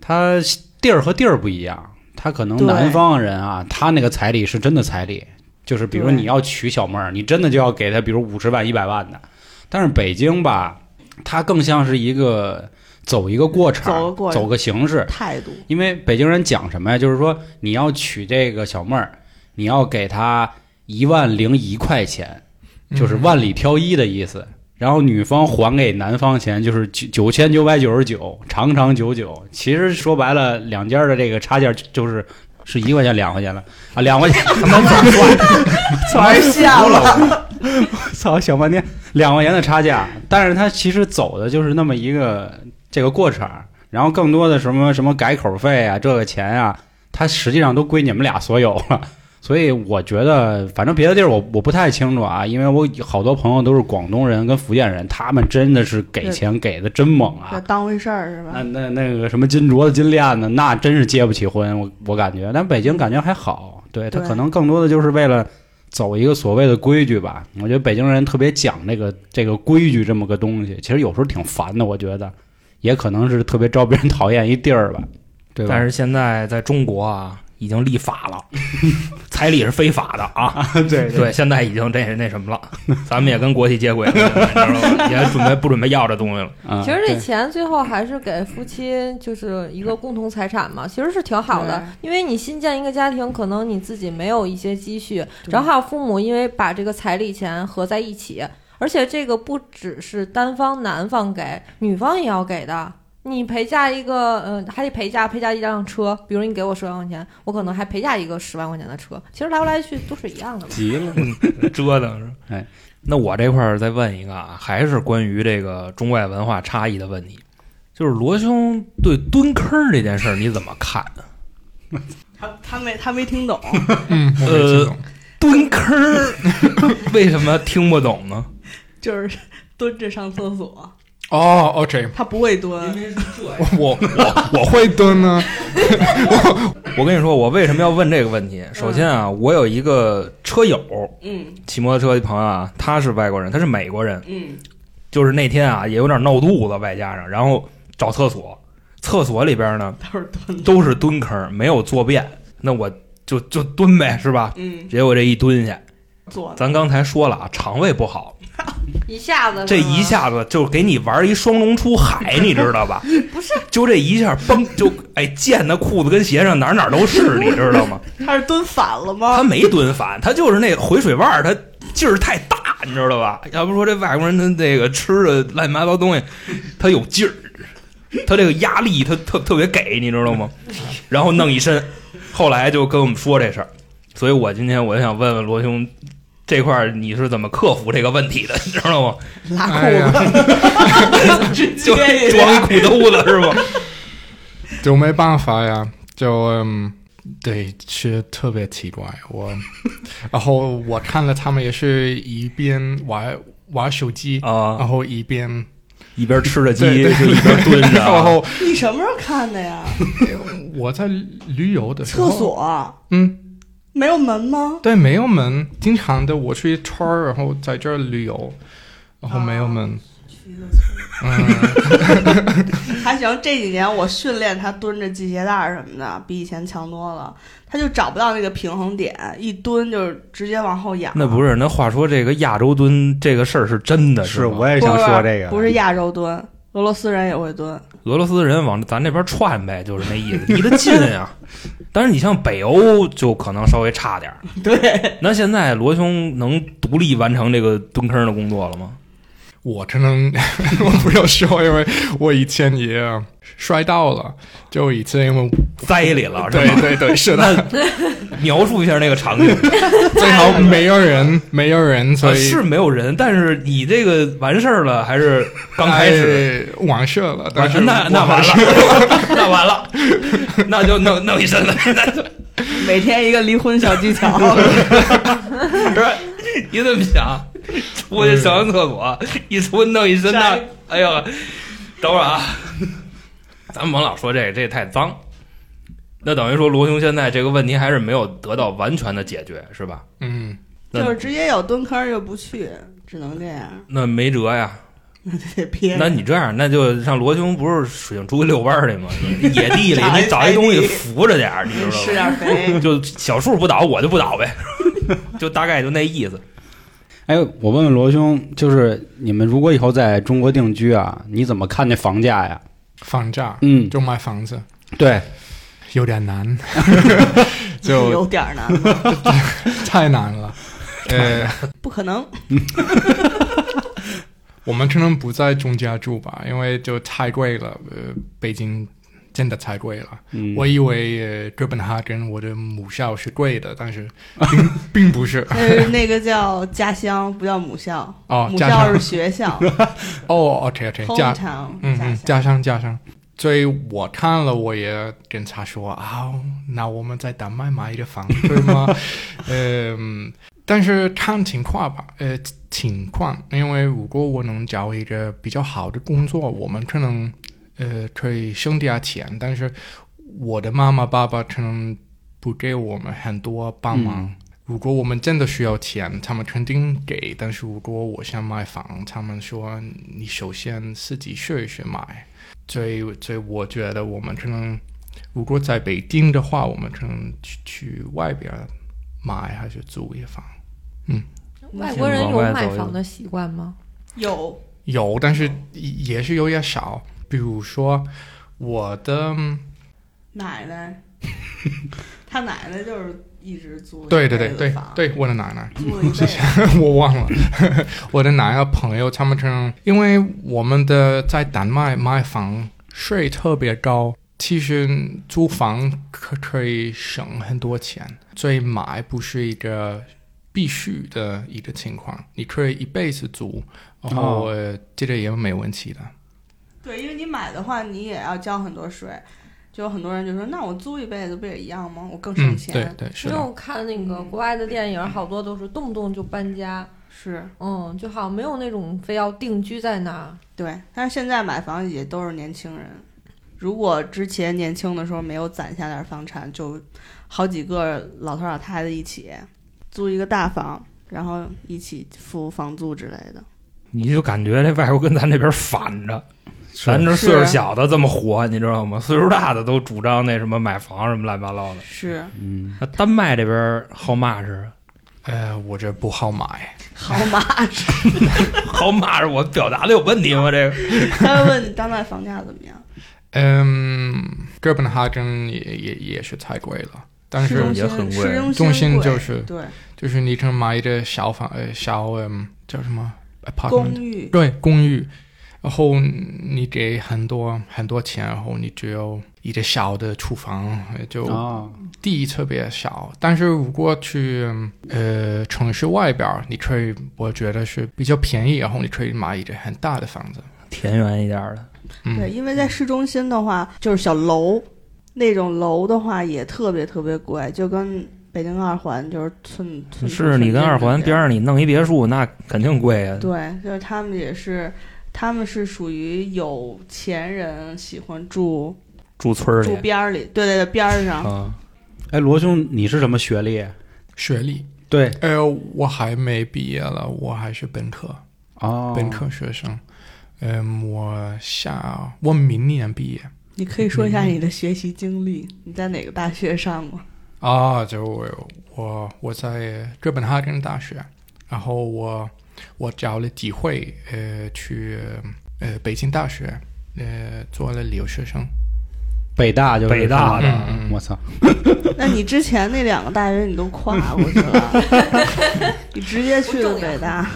C: 他地儿和地儿不一样，他可能
E: 对
C: 南方人啊，他那个彩礼是真的彩礼，就是比如
E: 对
C: 你要娶小妹儿，你真的就要给她比
E: 嗯
C: 如五十万、一百万的。但是北京吧，它更像是一个走一个过场，
E: 走个过场
C: 走个形式，
E: 态度。
C: 因为北京人讲什么呀？就是说你要娶这个小妹儿，你要给她一万零一块钱，
F: 嗯
C: 就是万里挑一的意思。然后女方还给男方钱就是九九千九百九十九，长长久久。其实说白了，两家的这个差价就就是是一块钱两块钱了啊，两块钱， 他妈咋算？
E: 玩笑了，
C: 操，想半天，两块钱的差价，但是他其实走的就是那么一个这个过场，然后更多的什么什么改口费啊，这个钱啊，他实际上都归你们俩所有了。所以我觉得，反正别的地儿我我不太清楚啊，因为我好多朋友都是广东人跟福建人，他们真的是给钱给的真猛啊
E: 这。当回事儿
C: 那
E: 是吧？
C: 那那个什么金镯子、金链子，那真是结不起婚，我我感觉。但北京感觉还好，对他
E: 对
C: 可能更多的就是为了走一个所谓的规矩吧。我觉得北京人特别讲这个这个规矩这么个东西，其实有时候挺烦的。我觉得 也可能是特别招别人讨厌一地儿吧，对吧？
D: 但是现在在中国啊，已经立法了，彩礼是非法的啊。
C: 对
D: 对，现在已经这那什么了，咱们也跟国际接轨了，你知道吗？也准备不准备要这东西了？
C: 啊
G: 其实这
C: 对
G: 钱最后还是给夫妻，就是一个共同财产嘛，其实是挺好的
E: 对。
G: 因为你新建一个家庭，可能你自己没有一些积蓄，然后还有父母，因为把这个彩礼钱合在一起，而且这个不只是单方男方给，女方也要给的。你陪嫁一个，呃，还得陪嫁陪嫁一辆车，比如你给我十万块钱，我可能还陪嫁一个十万块钱的车，其实来来去都是一样的嘛。
C: 急了，
D: 折腾是吧。
C: 哎，
D: 那我这块儿再问一个啊，还是关于这个中外文化差异的问题，就是罗兄对蹲坑儿这件事儿你怎么看？
E: 他他没他没听懂，
F: 嗯，我没听
C: 呃
F: 懂。
D: 蹲坑儿 为什么听不懂呢？
E: 就是蹲着上厕所，
F: 哦，OK，
E: 他不会蹲。
D: 我
F: 我会蹲呢。
D: 我跟你说，我为什么要问这个问题？首先啊，我有一个车友，
E: 嗯
D: 骑摩托车的朋友啊，他是外国人，他是美国人，
E: 嗯，
D: 就是那天啊也有点闹肚子，外加上然后找厕所，厕所里边呢
E: 都是蹲的。
D: 都是蹲坑，没有坐便，那我就就蹲呗，是吧？
E: 嗯，
D: 结果这一蹲下，
E: 坐的。
D: 咱刚才说了啊，肠胃不好，
G: 一下子
D: 这
G: 是吗
D: 一下子就给你玩一双龙出海，你知道吧？
G: 不是
D: 就这一下，嘣，就哎溅的裤子跟鞋上哪儿哪儿都是，你知道吗？
E: 他是蹲反了吗？
D: 他没蹲反，他就是那回水腕儿，他劲儿太大，你知道吧？要不说这外国人他那个吃的乱七八糟东西，他有劲儿，他这个压力他特特别给，你知道吗？然后弄一身，后来就跟我们说这事儿，所以我今天我就想问问罗兄。这块儿你是怎么克服这个问题的？你知道吗？
E: 拉
F: 哎呀
E: 裤子，直
D: 就
E: 接
D: 装一裤兜子是吗？
F: 就没办法呀，就嗯，对，其实特别奇怪。我， 然后我看了他们也是一边玩玩手机，然
D: 啊，
F: 后一边，
D: 一边吃着鸡，
F: 对对
D: 就一边蹲着
F: 然
D: 啊。
F: 后
E: 你什么时候看的呀？
F: 我在旅游的时候，
E: 厕，所
F: 嗯，
E: 没有门吗？
F: 对，没有门，经常的我去村儿，然后在这儿旅游，然后没有门，
E: 啊
F: 嗯，
E: 还行，这几年我训练他蹲着系鞋带儿什么的，比以前强多了。他就找不到那个平衡点，一蹲就是直接往后仰。
D: 那不是，那话说这个亚洲蹲这个事儿是真的，
B: 是，
D: 吗
B: 我也
E: 不
B: 想
E: 是
B: 说这个。
E: 不是亚洲蹲，俄罗斯人也会蹲。
D: 俄罗斯人往咱这边串呗，就是那意思，离得近呀、但是你像北欧就可能稍微差点儿。
E: 对，
D: 那现在罗兄能独立完成这个蹲坑的工作了吗？
F: 我只能 我不要说，因为我以前也摔到了，就以前因为
D: 栽里了是
F: 对
D: 吧？
F: 对对，是的。
D: 那描述一下那个场景，
F: 最好没有人，没有人，所
D: 呃
F: 以、
D: 是没有人，但是你这个完事儿了，还是刚开始？
F: 哎完事了，但是
D: 那那完了，那完了，那就弄弄一身了。
E: 每天一个离婚小技 巧。
D: 不是，你怎么想？出去上完厕所，一出弄一身那，哎呦，等会儿啊，咱甭老说这个，这也太脏。那等于说罗兄现在这个问题还是没有得到完全的解决，是吧？
F: 嗯，
D: 那
E: 就是直接有蹲坑儿就不去，只能这 样，
D: 那没辙呀。
E: 那就得憋。
D: 那你这样，那就像罗兄不是水井猪遛弯儿去吗？你野地里
E: 找一
D: 你找一东西扶着点儿，你知道吗？，
E: 吃点儿肥
D: 就小树不倒，我就不倒呗， 就大概就那意思。
C: 哎，我问问罗兄，就是你们如果以后在中国定居啊，你怎么看这房价呀？
F: 房价
C: 嗯，
F: 就买房子
C: 对，
F: 有点难，
E: 有
F: 就
E: 点儿 难，
F: 太难了。呃，
E: 不可能。
F: 我们可能不在中家住吧，因为就太贵了。呃，北京真的太贵了。
C: 嗯，
F: 我以为呃哥本哈根我的母校是贵的，但是并并不是。
E: 那是那个叫家乡，不叫母校。
F: 哦
E: 母
F: 家
E: 校
F: 乡
E: 是学校
F: 哦，OK OK，家
E: ，hometown，
F: 嗯
E: 家
F: 嗯，
E: 乡。
F: 加上加上，所以我看了，我也跟他说啊，那我们在丹麦买一个房对吗？嗯，但是看情况吧，呃，情况，因为如果我能找一个比较好的工作，我们可能呃可以省点钱，但是我的妈妈爸爸可能不给我们很多
B: 嗯
F: 帮忙。如果我们真的需要钱，他们肯定给。但是如果我想买房，他们说你首先自己学一学买。所以，所以我觉得我们可能如果在北京的话，我们可能去去外边买还是租一个房。
G: 外国人有买房的习惯吗？
E: 有
F: 有，但是也是有点少。比如说我的，
E: 奶奶，他奶奶就是一直租
F: 对对对对
E: 房，
F: 对，我的奶奶，
E: 租了一辈子。
F: 我忘了， 我的哪个朋友他们可能因为我们的在丹麦买房税特别高，其实租房可可以省很多钱，所以买不是一个必须的一个情况，你可以一辈子租，然后、呃这个也没问题的。
E: 对，因为你买的话，你也要交很多税。就有很多人就说，那我租一辈子不也一样吗？我更省
F: 嗯，
E: 钱。
F: 对对是
G: 因为
F: 的，
G: 我看那个国外的电影，好多都是动不动就搬家，
E: 是，
G: 嗯，就好像没有那种非要定居在那儿。
E: 对。但是现在买房也都是年轻人，如果之前年轻的时候没有攒下点房产，就好几个老头老太太一起租一个大房，然后一起付房租之类的。
D: 你就感觉这外国跟咱这边反着，
C: 是
D: 咱这岁数
E: 是
D: 小的这么活，你知道吗？岁数大的都主张那什么买房什么乱七八糟的。
E: 是，
C: 嗯，
D: 那丹麦这边好骂是
F: 呃，我这不好买，
E: 好嘛，
D: 好骂是我表达的有问题吗？这个
E: 他会问你当代房价怎么 样？
F: 嗯，哥本哈根也也也是太贵了，但
E: 市
F: 是
E: 中
D: 也
E: 心
D: 很贵
E: 市中
F: 中心
E: 心
F: 就是
E: 对
F: 就是你可能买一个小房呃小嗯叫什么 apartment
E: 公寓，
F: 对公寓，然后你给很多很多钱，然后你只有一个小的厨房，呃就
C: 哦，
F: 地特别小。但是如果去呃城市外边儿，你可以我觉得是比较便宜，然后你可以买一个很大的房子。
D: 田园一点的，
E: 对，
F: 嗯，
E: 因为在市中心的话，就是小楼，那种楼的话也特别特别贵，就跟北京二环就是寸寸土
D: 是
E: 寸
D: 你跟
E: 金
D: 二
E: 之
D: 环
E: 别
D: 边上你弄一别墅，那肯定贵
F: 嗯
D: 啊。
E: 对，就是他们也是，他们是属于有钱人喜欢住
D: 住村
E: 住
D: 里
E: 边儿里，对对对，边儿
F: 嗯
E: 上。
D: 啊，
C: 哎，罗兄，你是什么学历？
F: 学历，
C: 对，
F: 呃，我还没毕业了，我还是本科，
C: 哦
F: 本科学生。嗯，我下我明年毕业。
E: 你可以说一下你的学习经历，你在哪个大学上 过？
F: 啊，就我我我在哥本哈根大学，然后我我找了机会呃去呃北京大学呃做了留学生，
C: 北大就是
D: 北大
F: 的
C: 嗯
F: 嗯
C: 我操，
E: 那你之前那两个大学你都 跨过去了，你直接去的北大，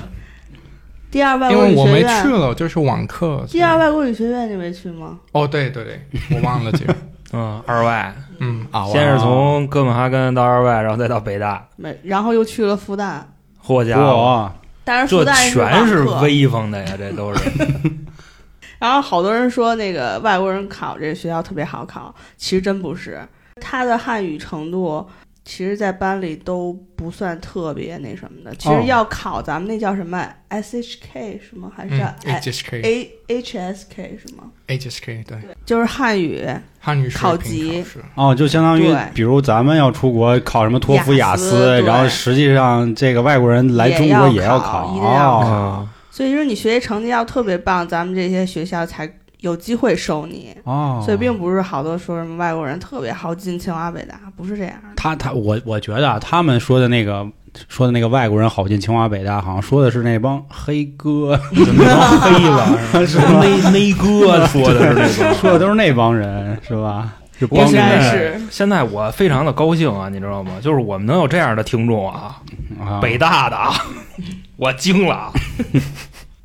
E: 第二外
F: 因
E: 国
F: 为
E: 语
F: 我
E: 学
F: 没去
E: 院。
F: 了，就是网课。所以
E: 第二外国语学院你没去吗？
F: 哦，对对对，我忘了 这个，
D: 嗯，二外，
F: 嗯啊，我
D: 先是从哥本哈根到二外，然后再到北大，
E: 没，然后又去了复旦，
D: 嚯家伙，
C: 哇，
E: 但是
D: 这
E: 复旦
D: 全是
E: 网课
D: 威风的呀，这都是。
E: 然后好多人说那个外国人考这个学校特别好考，其实真不是。他的汉语程度，其实在班里都不算特别那什么的。其
C: 哦
E: 实要考咱们那叫什么 SHK 是吗？还是叫哎
F: 嗯
E: A
F: HSK
E: A HSK 是吗？
F: HSK 对
E: 就是汉语，
F: 汉语水
E: 考
F: 平
E: 级
F: 试
C: 哦，就相当于
E: 对
C: 比如咱们要出国考什么托福、
E: 雅
C: 雅
E: 思
C: 思，
E: 对
C: 然后实际上这个外国人来中国也要考，
E: 也要考一定要考
C: 哦
D: 啊，
E: 所以说你学习成绩要特别棒，咱们这些学校才有机会收你。
C: 哦，
E: 所以并不是好多说什么外国人特别好进清华北大，不是这样的。
C: 他他我我觉得啊，他们说的那个说的那个外国人好进清华北大，好像说的是那帮黑 哥，
D: 黑了，是吧？那那哥说的是这个。
C: 说的都是那帮人是吧？是
D: 不过
C: 帮
D: 现
E: 该
D: 在
C: 人
E: 是
D: 现在我非常的高兴啊，你知道吗？就是我们能有这样的听众啊，
C: 啊，
D: 北大的啊， 我惊了啊。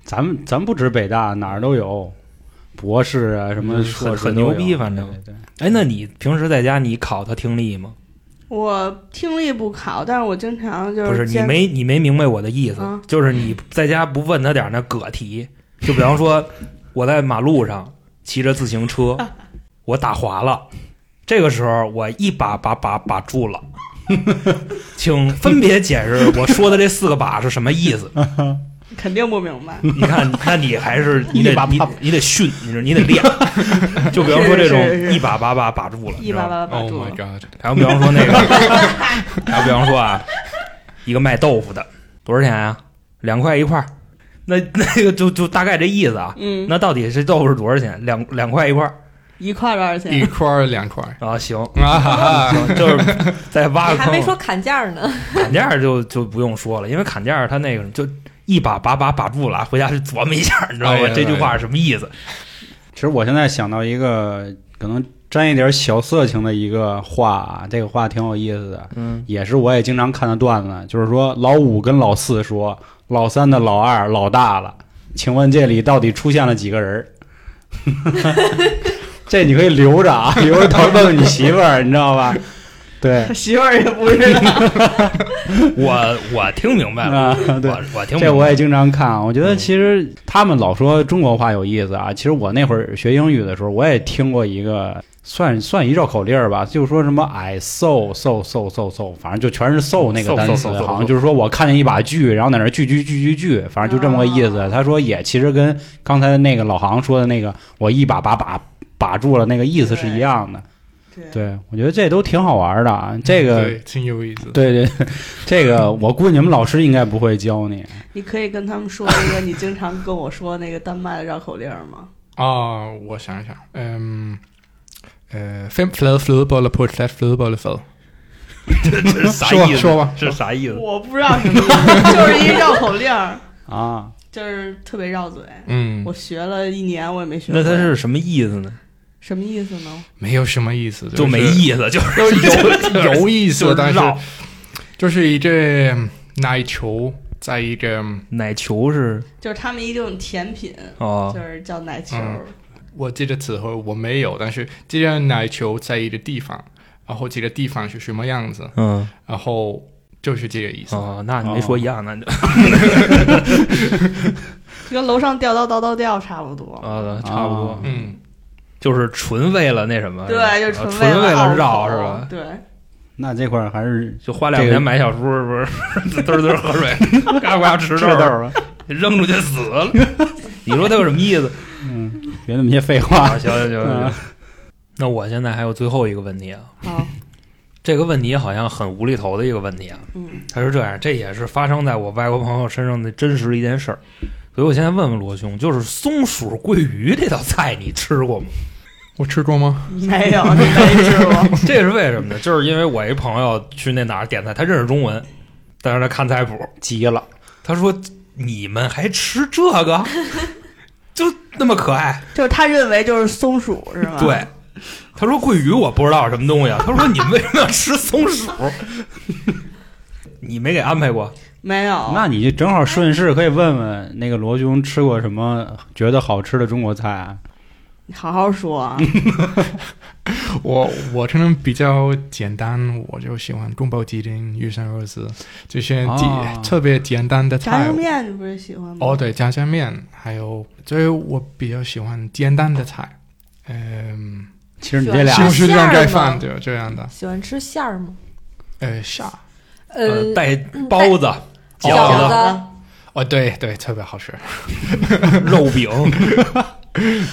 C: 咱们咱不止北大，哪儿都有博士啊，什么
D: 嗯
C: 硕士
D: 很很
C: 都有
D: 牛逼反正
C: 对对对
D: 哎，那你平时在家你考他听力吗？
E: 我听力不考，但是我经常就
D: 不是，你
E: 见
D: 没你没明白我的意思
E: 啊，
D: 就是你在家不问他点儿那葛题，就比方说我在马路上骑着自行车，我打滑了，这个时候我一把把把把住了。 请分别解释我说的这四个“把”是什么意思？
E: 肯定不明白。
D: 你看，那你还是你得
C: 一把
D: 你你得训，你说你得 练。就比方说这
E: 是是
D: 种
E: 是
D: 一把把把把住了，
E: 一把把把
F: ，Oh
E: 住
F: my
E: 了，
F: god，
D: 然后比方说那 个，然后比方说啊，一个卖豆腐的多少钱啊？两块一块儿。 那那个就就大概这意思啊。
E: 嗯，
D: 那到底这豆腐是多少钱？两两块一块儿。
E: 一块多少
F: 一
E: 钱？啊
F: 块儿两块儿
D: 啊，行，
F: 啊哈哈，
D: 行，就是再挖
G: 你
D: 个
G: 还没说
D: 坑，
G: 砍价呢，
D: 砍价就就不用说了，因为砍价他那个就一把把把把住了，回家就琢磨一下，你知道
F: 哎
D: 吗？
F: 呀
D: 这句话是什么意思？
C: 其实我现在想到一个可能沾一点小色情的一个话啊，这个话挺有意思的，
H: 嗯，
C: 也是我也经常看的段子，就是说老五跟老四说老三的老二老大了，请问这里到底出现了几个人儿？ 这你可以留着啊，留着头问问你媳妇儿，你知道吧？对
E: 媳妇儿也不知道，
D: 我我听明白了，
C: 啊，对，
D: 我哎我听明白嗯
C: 这
D: 了
C: 我也经常看啊，我觉得其实他们老说中国话有意思啊，其实我那会儿学英语的时候，我也听过一个算算一绕口令儿吧，就说什么 I so so so so so，反正就全
D: 嗯
C: 是 so 那个
D: so-
C: 单词
D: so- so- so-，
C: 好像就是说我看见一把锯，然后在那儿锯锯锯锯锯，反正就这么个意
D: 哦
C: 思。他说也其实跟刚才那个老航说的那个我一把把把把住了那个意思是一样的。对，我觉得这都挺好玩儿的啊，
D: 嗯
C: 这个。
F: 对，挺有意思的。
C: 对对，对这个我估计你们老师应该不会教你。
E: 你可以跟他们说一个你经常跟我说那个丹麦的绕口令吗？
F: 啊，我想一想，嗯，呃，fem flade flødeboller på et fladt flødebollefad，
D: 这是啥
F: 说吧
D: 意思？
F: 说吧
D: 是啥意 思？
E: 我不知道什么意思，就是一绕口令儿，
C: 啊，
E: 就是特别绕嘴。
F: 嗯
E: 我，学了一年，我也没学会。
D: 那它是什么意思呢？
E: 什么意思呢？
F: 没有什么意思，
D: 就没
F: 是
D: 意思，就是
F: 有有有意
D: 就
F: 思，但是
D: 绕
F: 就是一个奶球，在一个
D: 奶球是
E: 就是他们一种甜品，
D: 哦
E: 就是叫奶球。
F: 嗯我记得词汇我没有，但是这个奶球在一个地方，然后这个地方是什么样子，
D: 嗯
F: 然后就是这个意思。
D: 哦，那你没说一样，那就
E: 就跟楼上吊刀叨叨吊差不多。
D: 啊差不
C: 哦
D: 多，
F: 嗯，
D: 就是纯为了那什么，是吧
E: 对，就
D: 啊
E: 哦纯
D: 纯为了
E: 了
D: 绕
E: 拗口
D: 是吧？
E: 对，
C: 那这块儿还是
D: 就花两块
C: 这个
D: 钱买小叔，是不是 滋儿滋儿喝水，嘎呱吃
C: 吃
D: 豆
C: 豆
D: 儿，
C: 儿吧，
D: 扔出去死了。你说他有什么意思？
C: 嗯，别那么些废
D: 啊，
C: 话。
D: 行行行
C: 嗯
D: 行。那我现在还有最后一个问题啊，
E: 好，
D: 这个问题好像很无厘头的一个问题啊。
E: 嗯，
D: 他是这样，这也是发生在我外国朋友身上的真实的一件事儿，所以我现在问问罗兄，就是松鼠桂鱼这道菜你吃过吗？
F: 我吃过吗？
E: 没 有，你没吃过。
D: 这是为什么呢？就是因为我一朋友去那哪儿点菜，他认识中文，但是他看菜谱，
C: 急了，
D: 他说你们还吃这个， 就那么可爱，
E: 就是他认为就是松鼠是
C: 啊
E: 吗？
D: 对。他说桂鱼我不知道什么东西啊，他说你们为什么要吃松鼠？ 你没给安排过？
E: 没有。
C: 那你就正好顺势可以问问那个罗兄吃过什么觉得好吃的中国菜啊？
E: 你好好说啊。
D: 嗯
F: 我我可能比较简单，我就喜欢宫保鸡丁、鱼香肉丝这些简、
C: 啊
F: 特别简单的
E: 炸
F: 菜
E: 酱。面你不是喜欢吗？
G: 嗯
F: 哦，，对，炸酱面，还有，所以我比较喜欢简单的菜，嗯、
C: 其实你这俩
G: 是
F: 西红柿
G: 吧
F: 酱盖
G: 馅儿吗
F: 饭对这样的，
G: 喜欢吃馅儿吗？
F: 呃，下，
D: 呃，
G: 呃，
D: 带包子、
G: 饺
D: 饺子、
G: 子、
F: 哦，对对，特别好吃，
D: 肉饼，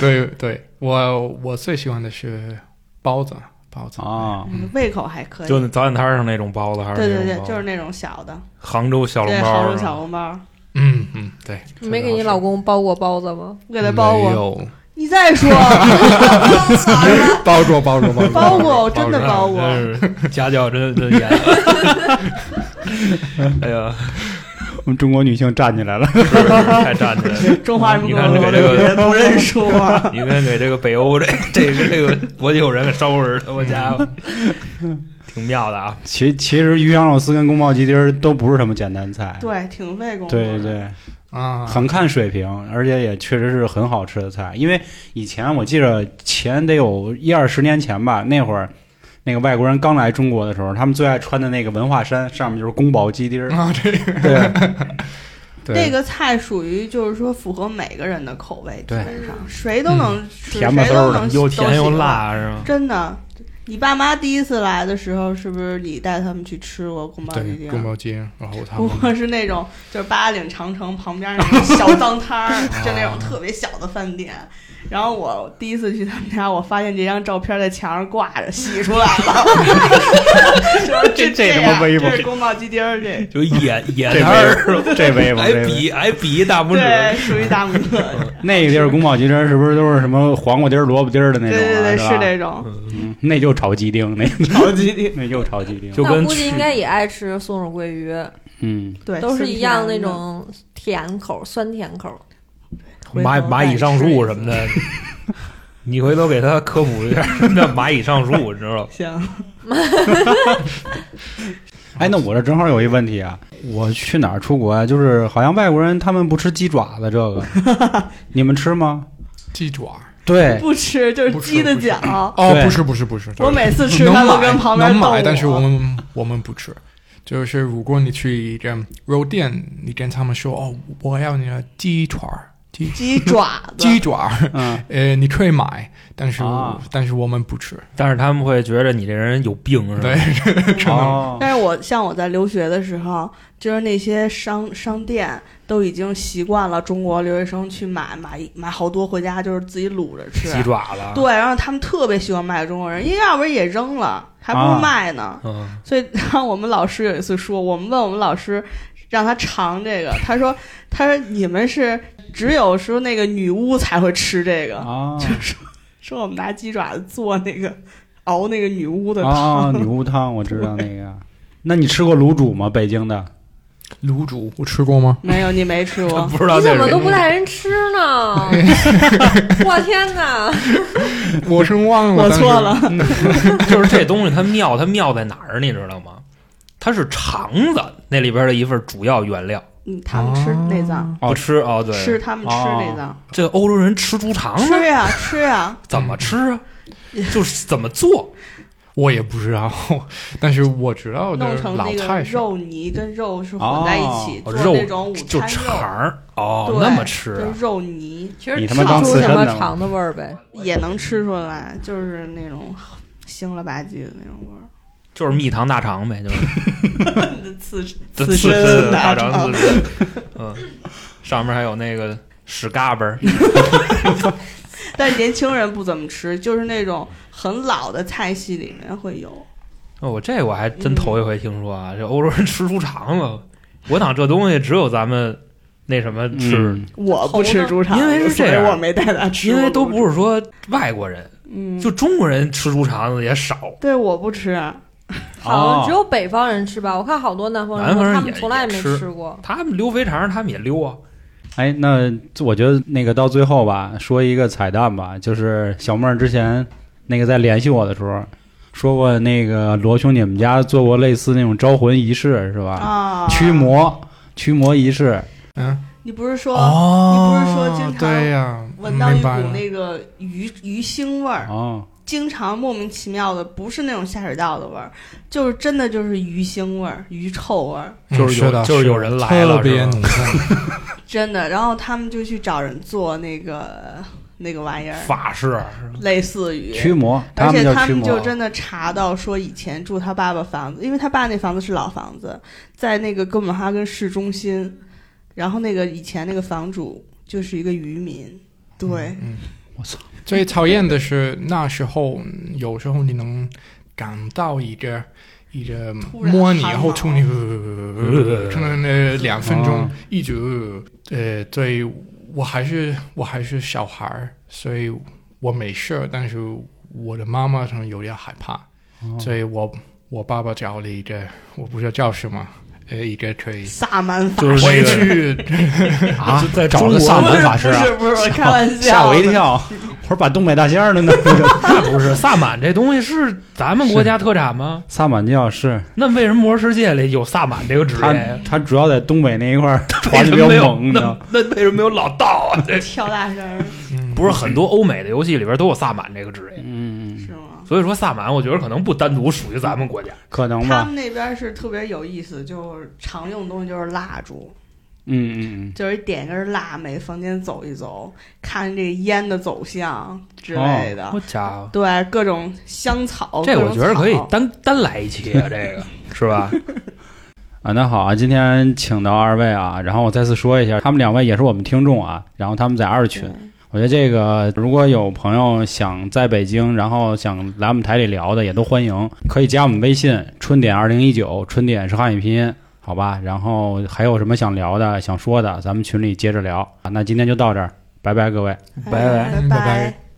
F: 对对，我我最喜欢的是包子，包子，
C: 啊，
E: 嗯胃口还可以。
D: 就那早点摊上那种包子，还是
E: 对
D: 那
E: 对
D: 种
E: 对
D: 包，子
E: 就是那种小的，
D: 杭州小笼
E: 对，
D: 包
E: 杭
D: 是吧，
E: 州小笼包，
F: 嗯嗯，对，
G: 你没给你老公包过包子吗？
E: 我给他包
F: 没
E: 过。
F: 有
E: 你再 说，
F: 包过包过包过
E: 包过，我哦真的包
D: 包
E: 过。
D: 过，家教真 真严。哎呀，
C: 我们中国女性站起来了，
D: 是是太站起来了！
E: 中华人民
D: 你
E: 共
D: 看
E: 和
D: 这
E: 国的
D: 个这个
E: 人不认输啊。
D: 你看给这个北欧这这个这个国际友人给收拾了，我家伙，挺妙的啊！
C: 其其实鱼香肉丝跟宫保鸡丁儿都不是什么简单菜。
E: 对，挺费工。
C: 对对。对，
F: 啊，
C: 很看水平，而且也确实是很好吃的菜。因为以前我记着前得有一二十年前吧，那会儿那个外国人刚来中国的时候，他们最爱穿的那个文化衫上面就是宫保鸡 丁儿，
F: 啊，这个
C: 对，对
E: 那个菜属于就是说符合每个人的口味，基
C: 对
E: 本上谁都
D: 嗯
E: 能吃，
C: 甜吧
E: 谁
C: 馊
E: 都
C: 的
E: 能
D: 又
E: 都
D: 甜又
E: 喜欢，
D: 辣是吗？
E: 真的。你爸妈第一次来的时候，是不是你带他们去吃过宫保鸡
F: 对宫
E: 丁？啊
F: 保鸡丁，然后他
E: 不
F: 们
E: 过是那种就是八达岭长城旁边那种小脏摊儿，就那种特别小的饭店，然后我第一次去他们家，我发现这张照片在墙上挂着，洗出来了。就是
C: 这
E: 这
C: 这他妈威风
E: 这是宫保鸡丁儿，这
D: 就野野
C: 这
D: 摊儿，
C: 威这威风，
D: 还
C: 这威风。
D: 比还比一大拇
E: 对
D: 指，
E: 属于大拇哥。
C: 那个地儿宫保鸡丁是不是都是什么黄瓜丁儿、萝卜丁儿的那
E: 对
C: 种、啊？
E: 对对，
C: 是
E: 是
C: 吧
E: 这种。
C: 嗯那就炒鸡丁，那
E: 超级丁，
C: 那就炒鸡丁。
D: 就
G: 那我
D: 跟
G: 估计
D: 去
G: 应该也爱吃松鼠桂鱼，
C: 嗯，
E: 对，
G: 都是一样
E: 酸
G: 那
E: 甜的
G: 种甜口、酸甜口。
E: 回头
D: 蚂蚂蚁
E: 再
D: 上
E: 吃一
D: 树
E: 次
D: 什么的，你回头给他科普一下 什么叫蚂蚁上树，你知道吧？
E: 行，
C: 哎，那我这正好有一问题啊，我去哪儿出国啊？就是好像外国人他们不吃鸡爪子这个，你们吃吗？
F: 鸡爪。
C: 对，
E: 不吃就是
F: 不吃
E: 鸡的
F: 不吃
E: 脚。
F: 哦，
C: 对
F: 不是不是不是，
E: 我每次吃
F: 能
E: 饭都
F: 买
E: 跟旁边
F: 能
E: 逗
F: 买，但是
E: 我
F: 我们我们不吃。就是如果你去一间肉店，你跟他们说哦，我要那个鸡爪儿，鸡
E: 鸡爪子，
F: 鸡爪儿，
C: 嗯，
F: 呃，你可以买，但是、
C: 啊
F: 但是我们不吃。
D: 但是他们会觉得你这人有病，是啊吧？
F: 对，
C: 哦，
E: 但是我像我在留学的时候，就是那些商商店都已经习惯了中国留学生去买买买好多回家，就是自己卤着吃。
D: 鸡爪子，
E: 对，啊然后他们特别喜欢卖给中国人，因为要不然也扔了，还不
C: 啊
E: 如卖呢。
D: 嗯，
E: 所以 当我们老师有一次说，我们问我们老师让他尝这个，他说他说你们是只有说那个女巫才会吃这 个，
C: 啊
E: 说我们拿鸡爪子做那个熬那个女巫 的汤。
C: 啊，女巫汤我知道那个。那你吃过卤煮吗？北京的
F: 卤煮我吃过吗？
E: 没有，你没吃 过。
D: 不知道
G: 你
D: 这
G: 怎
D: 是
G: 么
D: 什
G: 都不带人吃 呢？我天哪！
F: 我是忘了，
E: 我
F: 但是
E: 错了，
D: 就是这东西它妙，它妙在哪儿，你知道吗？它是肠子那里边的一份主要原料，
E: 嗯，他们吃内脏，
C: 哦
D: 不吃哦，对，哦
E: 吃他们吃内脏，
D: 这欧洲人吃猪肠呢，
E: 吃呀吃呀，
D: 怎么吃啊？就是怎么做？
F: 我也不知道， 但是我知道
D: 哦
E: 弄
F: 的
E: 成
F: 老
E: 那个
F: 太是
E: 肉泥跟肉是混在一起，做
D: 哦肉
E: 那种午
D: 就
E: 餐
D: 肠
E: 肉，
D: 儿哦
E: 对，
D: 那么吃啊
E: 就？是肉泥
G: 其实
C: 你他
G: 吃
C: 妈
G: 不
C: 当
G: 出
C: 刺
G: 什
C: 身
G: 么
C: 呢
G: 肠的味儿呗。
E: 也能吃出来，就是那种腥了吧唧的那种味儿。
D: 就是蜜糖大肠呗，就是
E: 刺
D: 刺
E: 身
D: 大
E: 肠
D: 肠，刺身，嗯，上面还有那个屎嘎嘣儿，
E: 但年轻人不怎么吃，就是那种很老的菜系里面会有。
D: 哦，我这我还真头一回听说啊，这欧洲人吃猪肠子，我想这东西只有咱们那什么吃，
C: 嗯
E: 我不吃猪肠，
D: 因为是这样
E: 所以我没带他吃，
D: 因为都不是说外国人，
E: 嗯，
D: 就中国人吃猪肠子也少。
E: 对我不吃，啊
G: 好像只
C: 哦
G: 有北方人吃吧，我看好多南方人
D: 南
G: 说
D: 方人
G: 他们
D: 也
G: 从来
D: 也
G: 没
D: 吃
G: 吃过。
D: 他们溜肥肠，他们也溜啊。
C: 哎，那我觉得那个到最后吧，说一个彩蛋吧，就是小妹儿之前那个在联系我的时候说过，那个罗兄你们家做过类似那种招魂仪式是吧？
E: 啊，
C: 驱。魔驱魔仪式，
F: 嗯
E: 你不是说、
F: 哦，
E: 你不是说经常
F: 对呀、
E: 闻到一
F: 明
E: 股
F: 白了
E: 那个鱼鱼腥味儿？
C: 哦，
E: 经常莫名其妙的，不是那种下水道的味儿，就是真的就是鱼腥味儿、鱼臭味儿，
F: 嗯
D: 就是有
F: 的
D: 就是有人来了
F: 特别
D: 是吧
F: 浓重。
E: 真的。然后他们就去找人做那个那个玩意儿，
D: 法式
E: 类似于
C: 驱魔，
E: 而
C: 们
E: 且
C: 叫
E: 他
C: 驱
E: 们
C: 魔，
E: 就真的查到说，以前住他爸爸房子，因为他爸那房子是老房子，在那个哥本哈根市中心，然后那个以前那个房主就是一个渔民，对，
F: 嗯，
C: 我操！
F: 最讨厌的是那时候，嗯有时候你能感到一个一个
E: 突然
F: 摸你，
E: 汗
F: 然后
E: 毛
F: 冲你，呃可能呃两分钟
D: 嗯
F: 一直呃，对我还是我还是小孩儿，所以我没事儿，但是我的妈妈可能有点害怕，
D: 哦
F: 所以我我爸爸找了一个，我不知道叫什么，呃，一个可以
E: 萨满法
D: 就是
F: 回
D: 那个
F: 去
C: 啊，
D: 在
C: 找
D: 中
C: 了
D: 国
C: 个萨满法
E: 不
C: 师
E: 是
C: 啊，
E: 不是不是，开玩笑，
C: 吓我一。跳，我说把东北大仙儿的 呢，
D: 那不是萨满这东西是咱们国家特产 吗？
C: 萨满教是
D: 那为什么魔兽世界里有萨满这个职
C: 他
D: 业呀？
C: 他主要在东北那一块儿
D: 为
C: 传的
D: 什
C: 比
D: 么
C: 较
D: 没有
C: 猛，你知道
D: 那
C: 吗？
D: 那 为什么没有老道啊？这
E: 跳大神 儿
F: 嗯
D: 不是很多欧美的游戏里边都有萨满这个 职业，
C: 嗯，嗯
E: 是
C: 嗯
E: 吗？
D: 所以说萨满我觉得可能不单独属于咱们国家。
C: 可能
E: 他
C: 吧，
E: 们那边是特别有意思，就是常用的东西就是蜡烛，
C: 嗯嗯
E: 就是点根蜡，每个房间走一走，看这个烟的走向之类的。
D: 好家伙，
E: 对，各种香草，
D: 哦这
E: 各
D: 我
E: 种
D: 觉得可以
E: 草
D: 单单来一期啊，这个是吧？
C: 嗯啊，那好啊，今
E: 嗯
C: 天请到二位啊，然后我再次说一下，他们两位也是我们听众啊，然后他们在二群，我觉得这个如果有朋友想在北京，然后想来我们台里聊的，也都欢迎，可以加我们微信“春点二零一九”，春点是汉语拼音，好吧？然后还有什么想聊的、想说的，咱们群里接着聊啊。那今天就到这儿，拜拜，各位。
E: 哎拜
F: 拜拜
E: 拜。